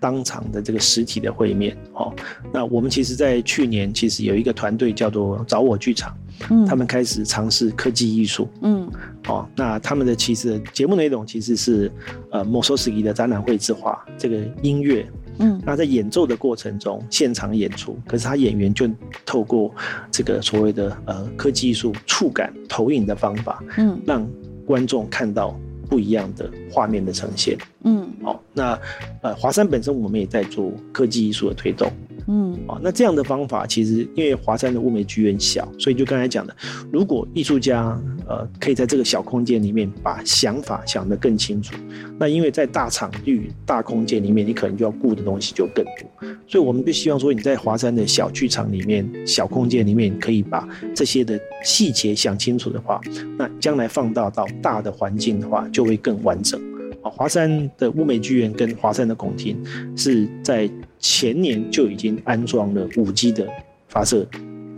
S2: 当场的这个实体的会面，哦，那我们其实，在去年其实有一个团队叫做“找我剧场”，
S1: 嗯，
S2: 他们开始尝试科技艺术，
S1: 嗯
S2: 哦，那他们的其实节目内容其实是呃莫索斯基的展览绘制化这个音乐，
S1: 嗯
S2: 那在演奏的过程中现场演出，可是他演员就透过这个所谓的呃科技艺术触感投影的方法，
S1: 嗯
S2: 让观众看到不一样的画面的呈现。
S1: 嗯
S2: 哦，那呃华山本身我们也在做科技艺术的推动。
S1: 嗯
S2: 哦，那这样的方法其实因为华山的物美剧院小，所以就刚才讲的，如果艺术家呃可以在这个小空间里面把想法想得更清楚，那因为在大场域、大空间里面，你可能就要顾的东西就更多，所以我们就希望说你在华山的小剧场里面、小空间里面，可以把这些的细节想清楚的话，那将来放大到大的环境的话，就会更完整。啊，华山的物美剧院跟华山的拱厅是在前年就已经安装了五 G 的发射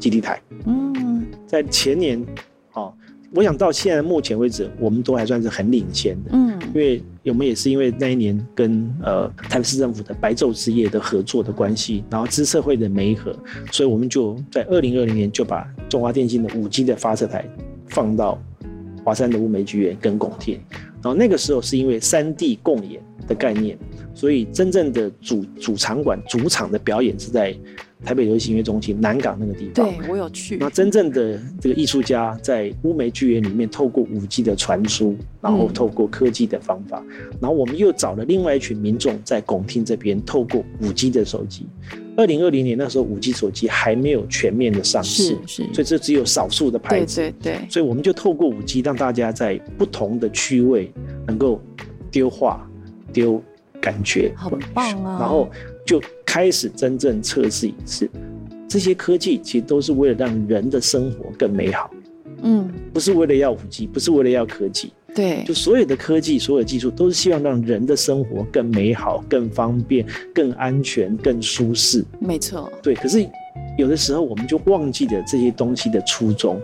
S2: 基地台，
S1: 嗯
S2: 在前年，哦，我想到现在目前为止，我们都还算是很领先的，
S1: 嗯
S2: 因为我们也是因为那一年跟呃台北市政府的白昼之夜的合作的关系，然后知社会的媒合，所以我们就在二零二零年就把中华电信的五 G 的发射台放到华山的乌梅剧院跟拱天，然后那个时候是因为三地共演的概念，所以真正的主主场馆主场的表演是在台北流行音乐中心南港那个地方。
S1: 对我有去
S2: 那，真正的这个艺术家在乌梅剧院里面，透过五 G 的传输，然后透过科技的方法，然后我们又找了另外一群民众在拱厅这边，透过五 G 的手机。二零二零年那时候，五 G 手机还没有全面的上市
S1: 是，是，
S2: 所以这只有少数的牌
S1: 对
S2: 子。
S1: 对对，
S2: 所以我们就透过五 G，让大家在不同的区位能够丢画、丢感觉，
S1: 好棒啊！
S2: 然后就开始真正测试一次。这些科技其实都是为了让人的生活更美好，
S1: 嗯，
S2: 不是为了要五 G，不是为了要科技，
S1: 对，
S2: 就所有的科技、所有技术都是希望让人的生活更美好、更方便、更安全、更舒适。
S1: 没错，
S2: 对，可是有的时候我们就忘记了这些东西的初衷，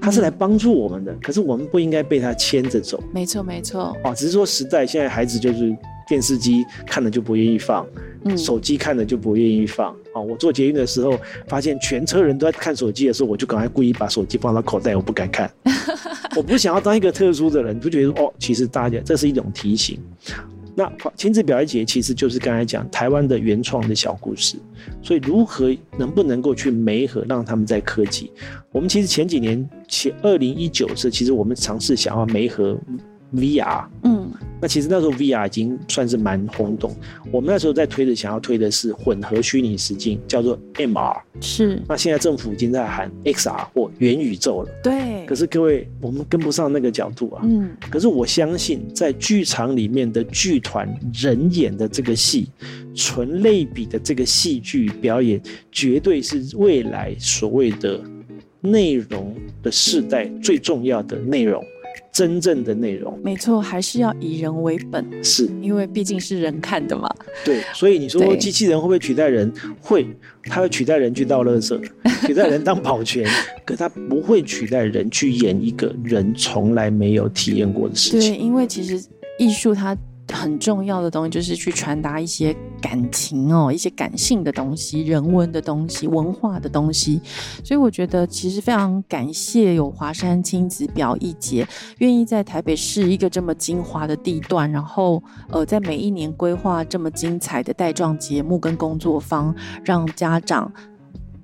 S2: 它是来帮助我们的，可是我们不应该被它牵着走
S1: 没错，没错，
S2: 啊！只是说时代现在孩子就是电视机看了就不愿意放，
S1: 嗯，
S2: 手机看了就不愿意放啊！我做捷运的时候，发现全车人都在看手机的时候，我就赶快故意把手机放到口袋，我不敢看。我不想要当一个特殊的人，不觉得哦，其实大家这是一种提醒。那亲子表演节其实就是刚才讲台湾的原创的小故事，所以如何能不能够去媒合，让他们在科技？我们其实前几年，前二零一九是其实我们尝试想要媒合 VR，
S1: 嗯，
S2: 那其实那时候 VR 已经算是蛮轰动，我们那时候在推的想要推的是混合虚拟实境，叫做 MR。
S1: 是
S2: 那现在政府已经在喊 XR 或元宇宙了，
S1: 对，
S2: 可是各位我们跟不上那个角度啊。
S1: 嗯，
S2: 可是我相信，在剧场里面的剧团人演的这个戏，纯类比的这个戏剧表演，绝对是未来所谓的内容的世代最重要的内容，真正的内容
S1: 没错，还是要以人为本，
S2: 是。
S1: 因为毕竟是人看的嘛，
S2: 对，所以你说
S1: 对
S2: 机器人会不会取代人？会，它会取代人去倒垃圾，
S1: <laughs>
S2: 取代人当保全，可它不会取代人去演一个人从来没有体验过的事
S1: 对，
S2: 情。
S1: 因为其实艺术它很重要的东西就是去传达一些感情哦，一些感性的东西、人文的东西、文化的东西。所以我觉得其实非常感谢有华山亲子表艺节，愿意在台北市一个这么精华的地段，然后呃，在每一年规划这么精彩的带状节目跟工作坊，让家长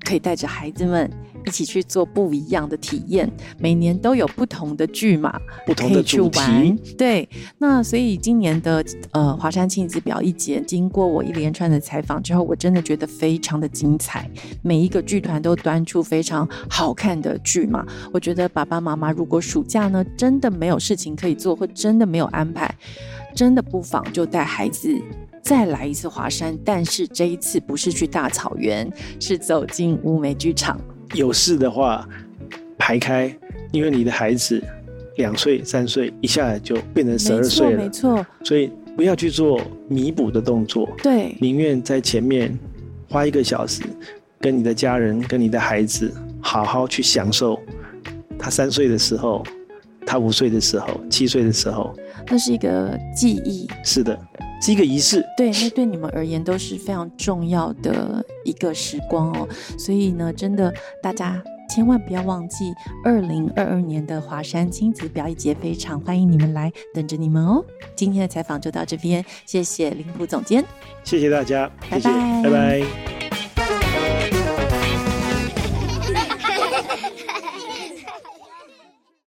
S1: 可以带着孩子们。一起去做不一样的体验，每年都有不同的剧嘛，
S2: 不
S1: 可
S2: 同的
S1: 以去
S2: 主
S1: 玩
S2: 题，。
S1: 对，那所以今年的呃华山亲子表一节，经过我一连串的采访之后，我真的觉得非常的精彩。每一个剧团都端出非常好看的剧嘛，我觉得爸爸妈妈如果暑假呢真的没有事情可以做，或真的没有安排，真的不妨就带孩子。再来一次华山，但是这一次不是去大草原，是走进乌梅剧场。
S2: 有事的话排开，因为你的孩子两岁、三岁，一下就变成十
S1: 没
S2: 二
S1: 错，
S2: 岁
S1: 没
S2: 了，
S1: 错，
S2: 所以不要去做弥补的动作，
S1: 对，
S2: 宁愿在前面花一个小时，跟你的家人、跟你的孩子好好去享受他三岁的时候，他五岁的时候，七岁的时候，
S1: 那是一个记忆，
S2: 是的，是一个仪式。
S1: 对，那对你们而言都是非常重要的一个时光哦。所以呢，真的大家千万不要忘记，二零二二年的华山亲子表演节非常欢迎你们来，等着你们哦。今天的采访就到这边，谢谢林虎总监。
S2: 谢谢大家，谢谢，
S1: 拜拜
S2: 拜拜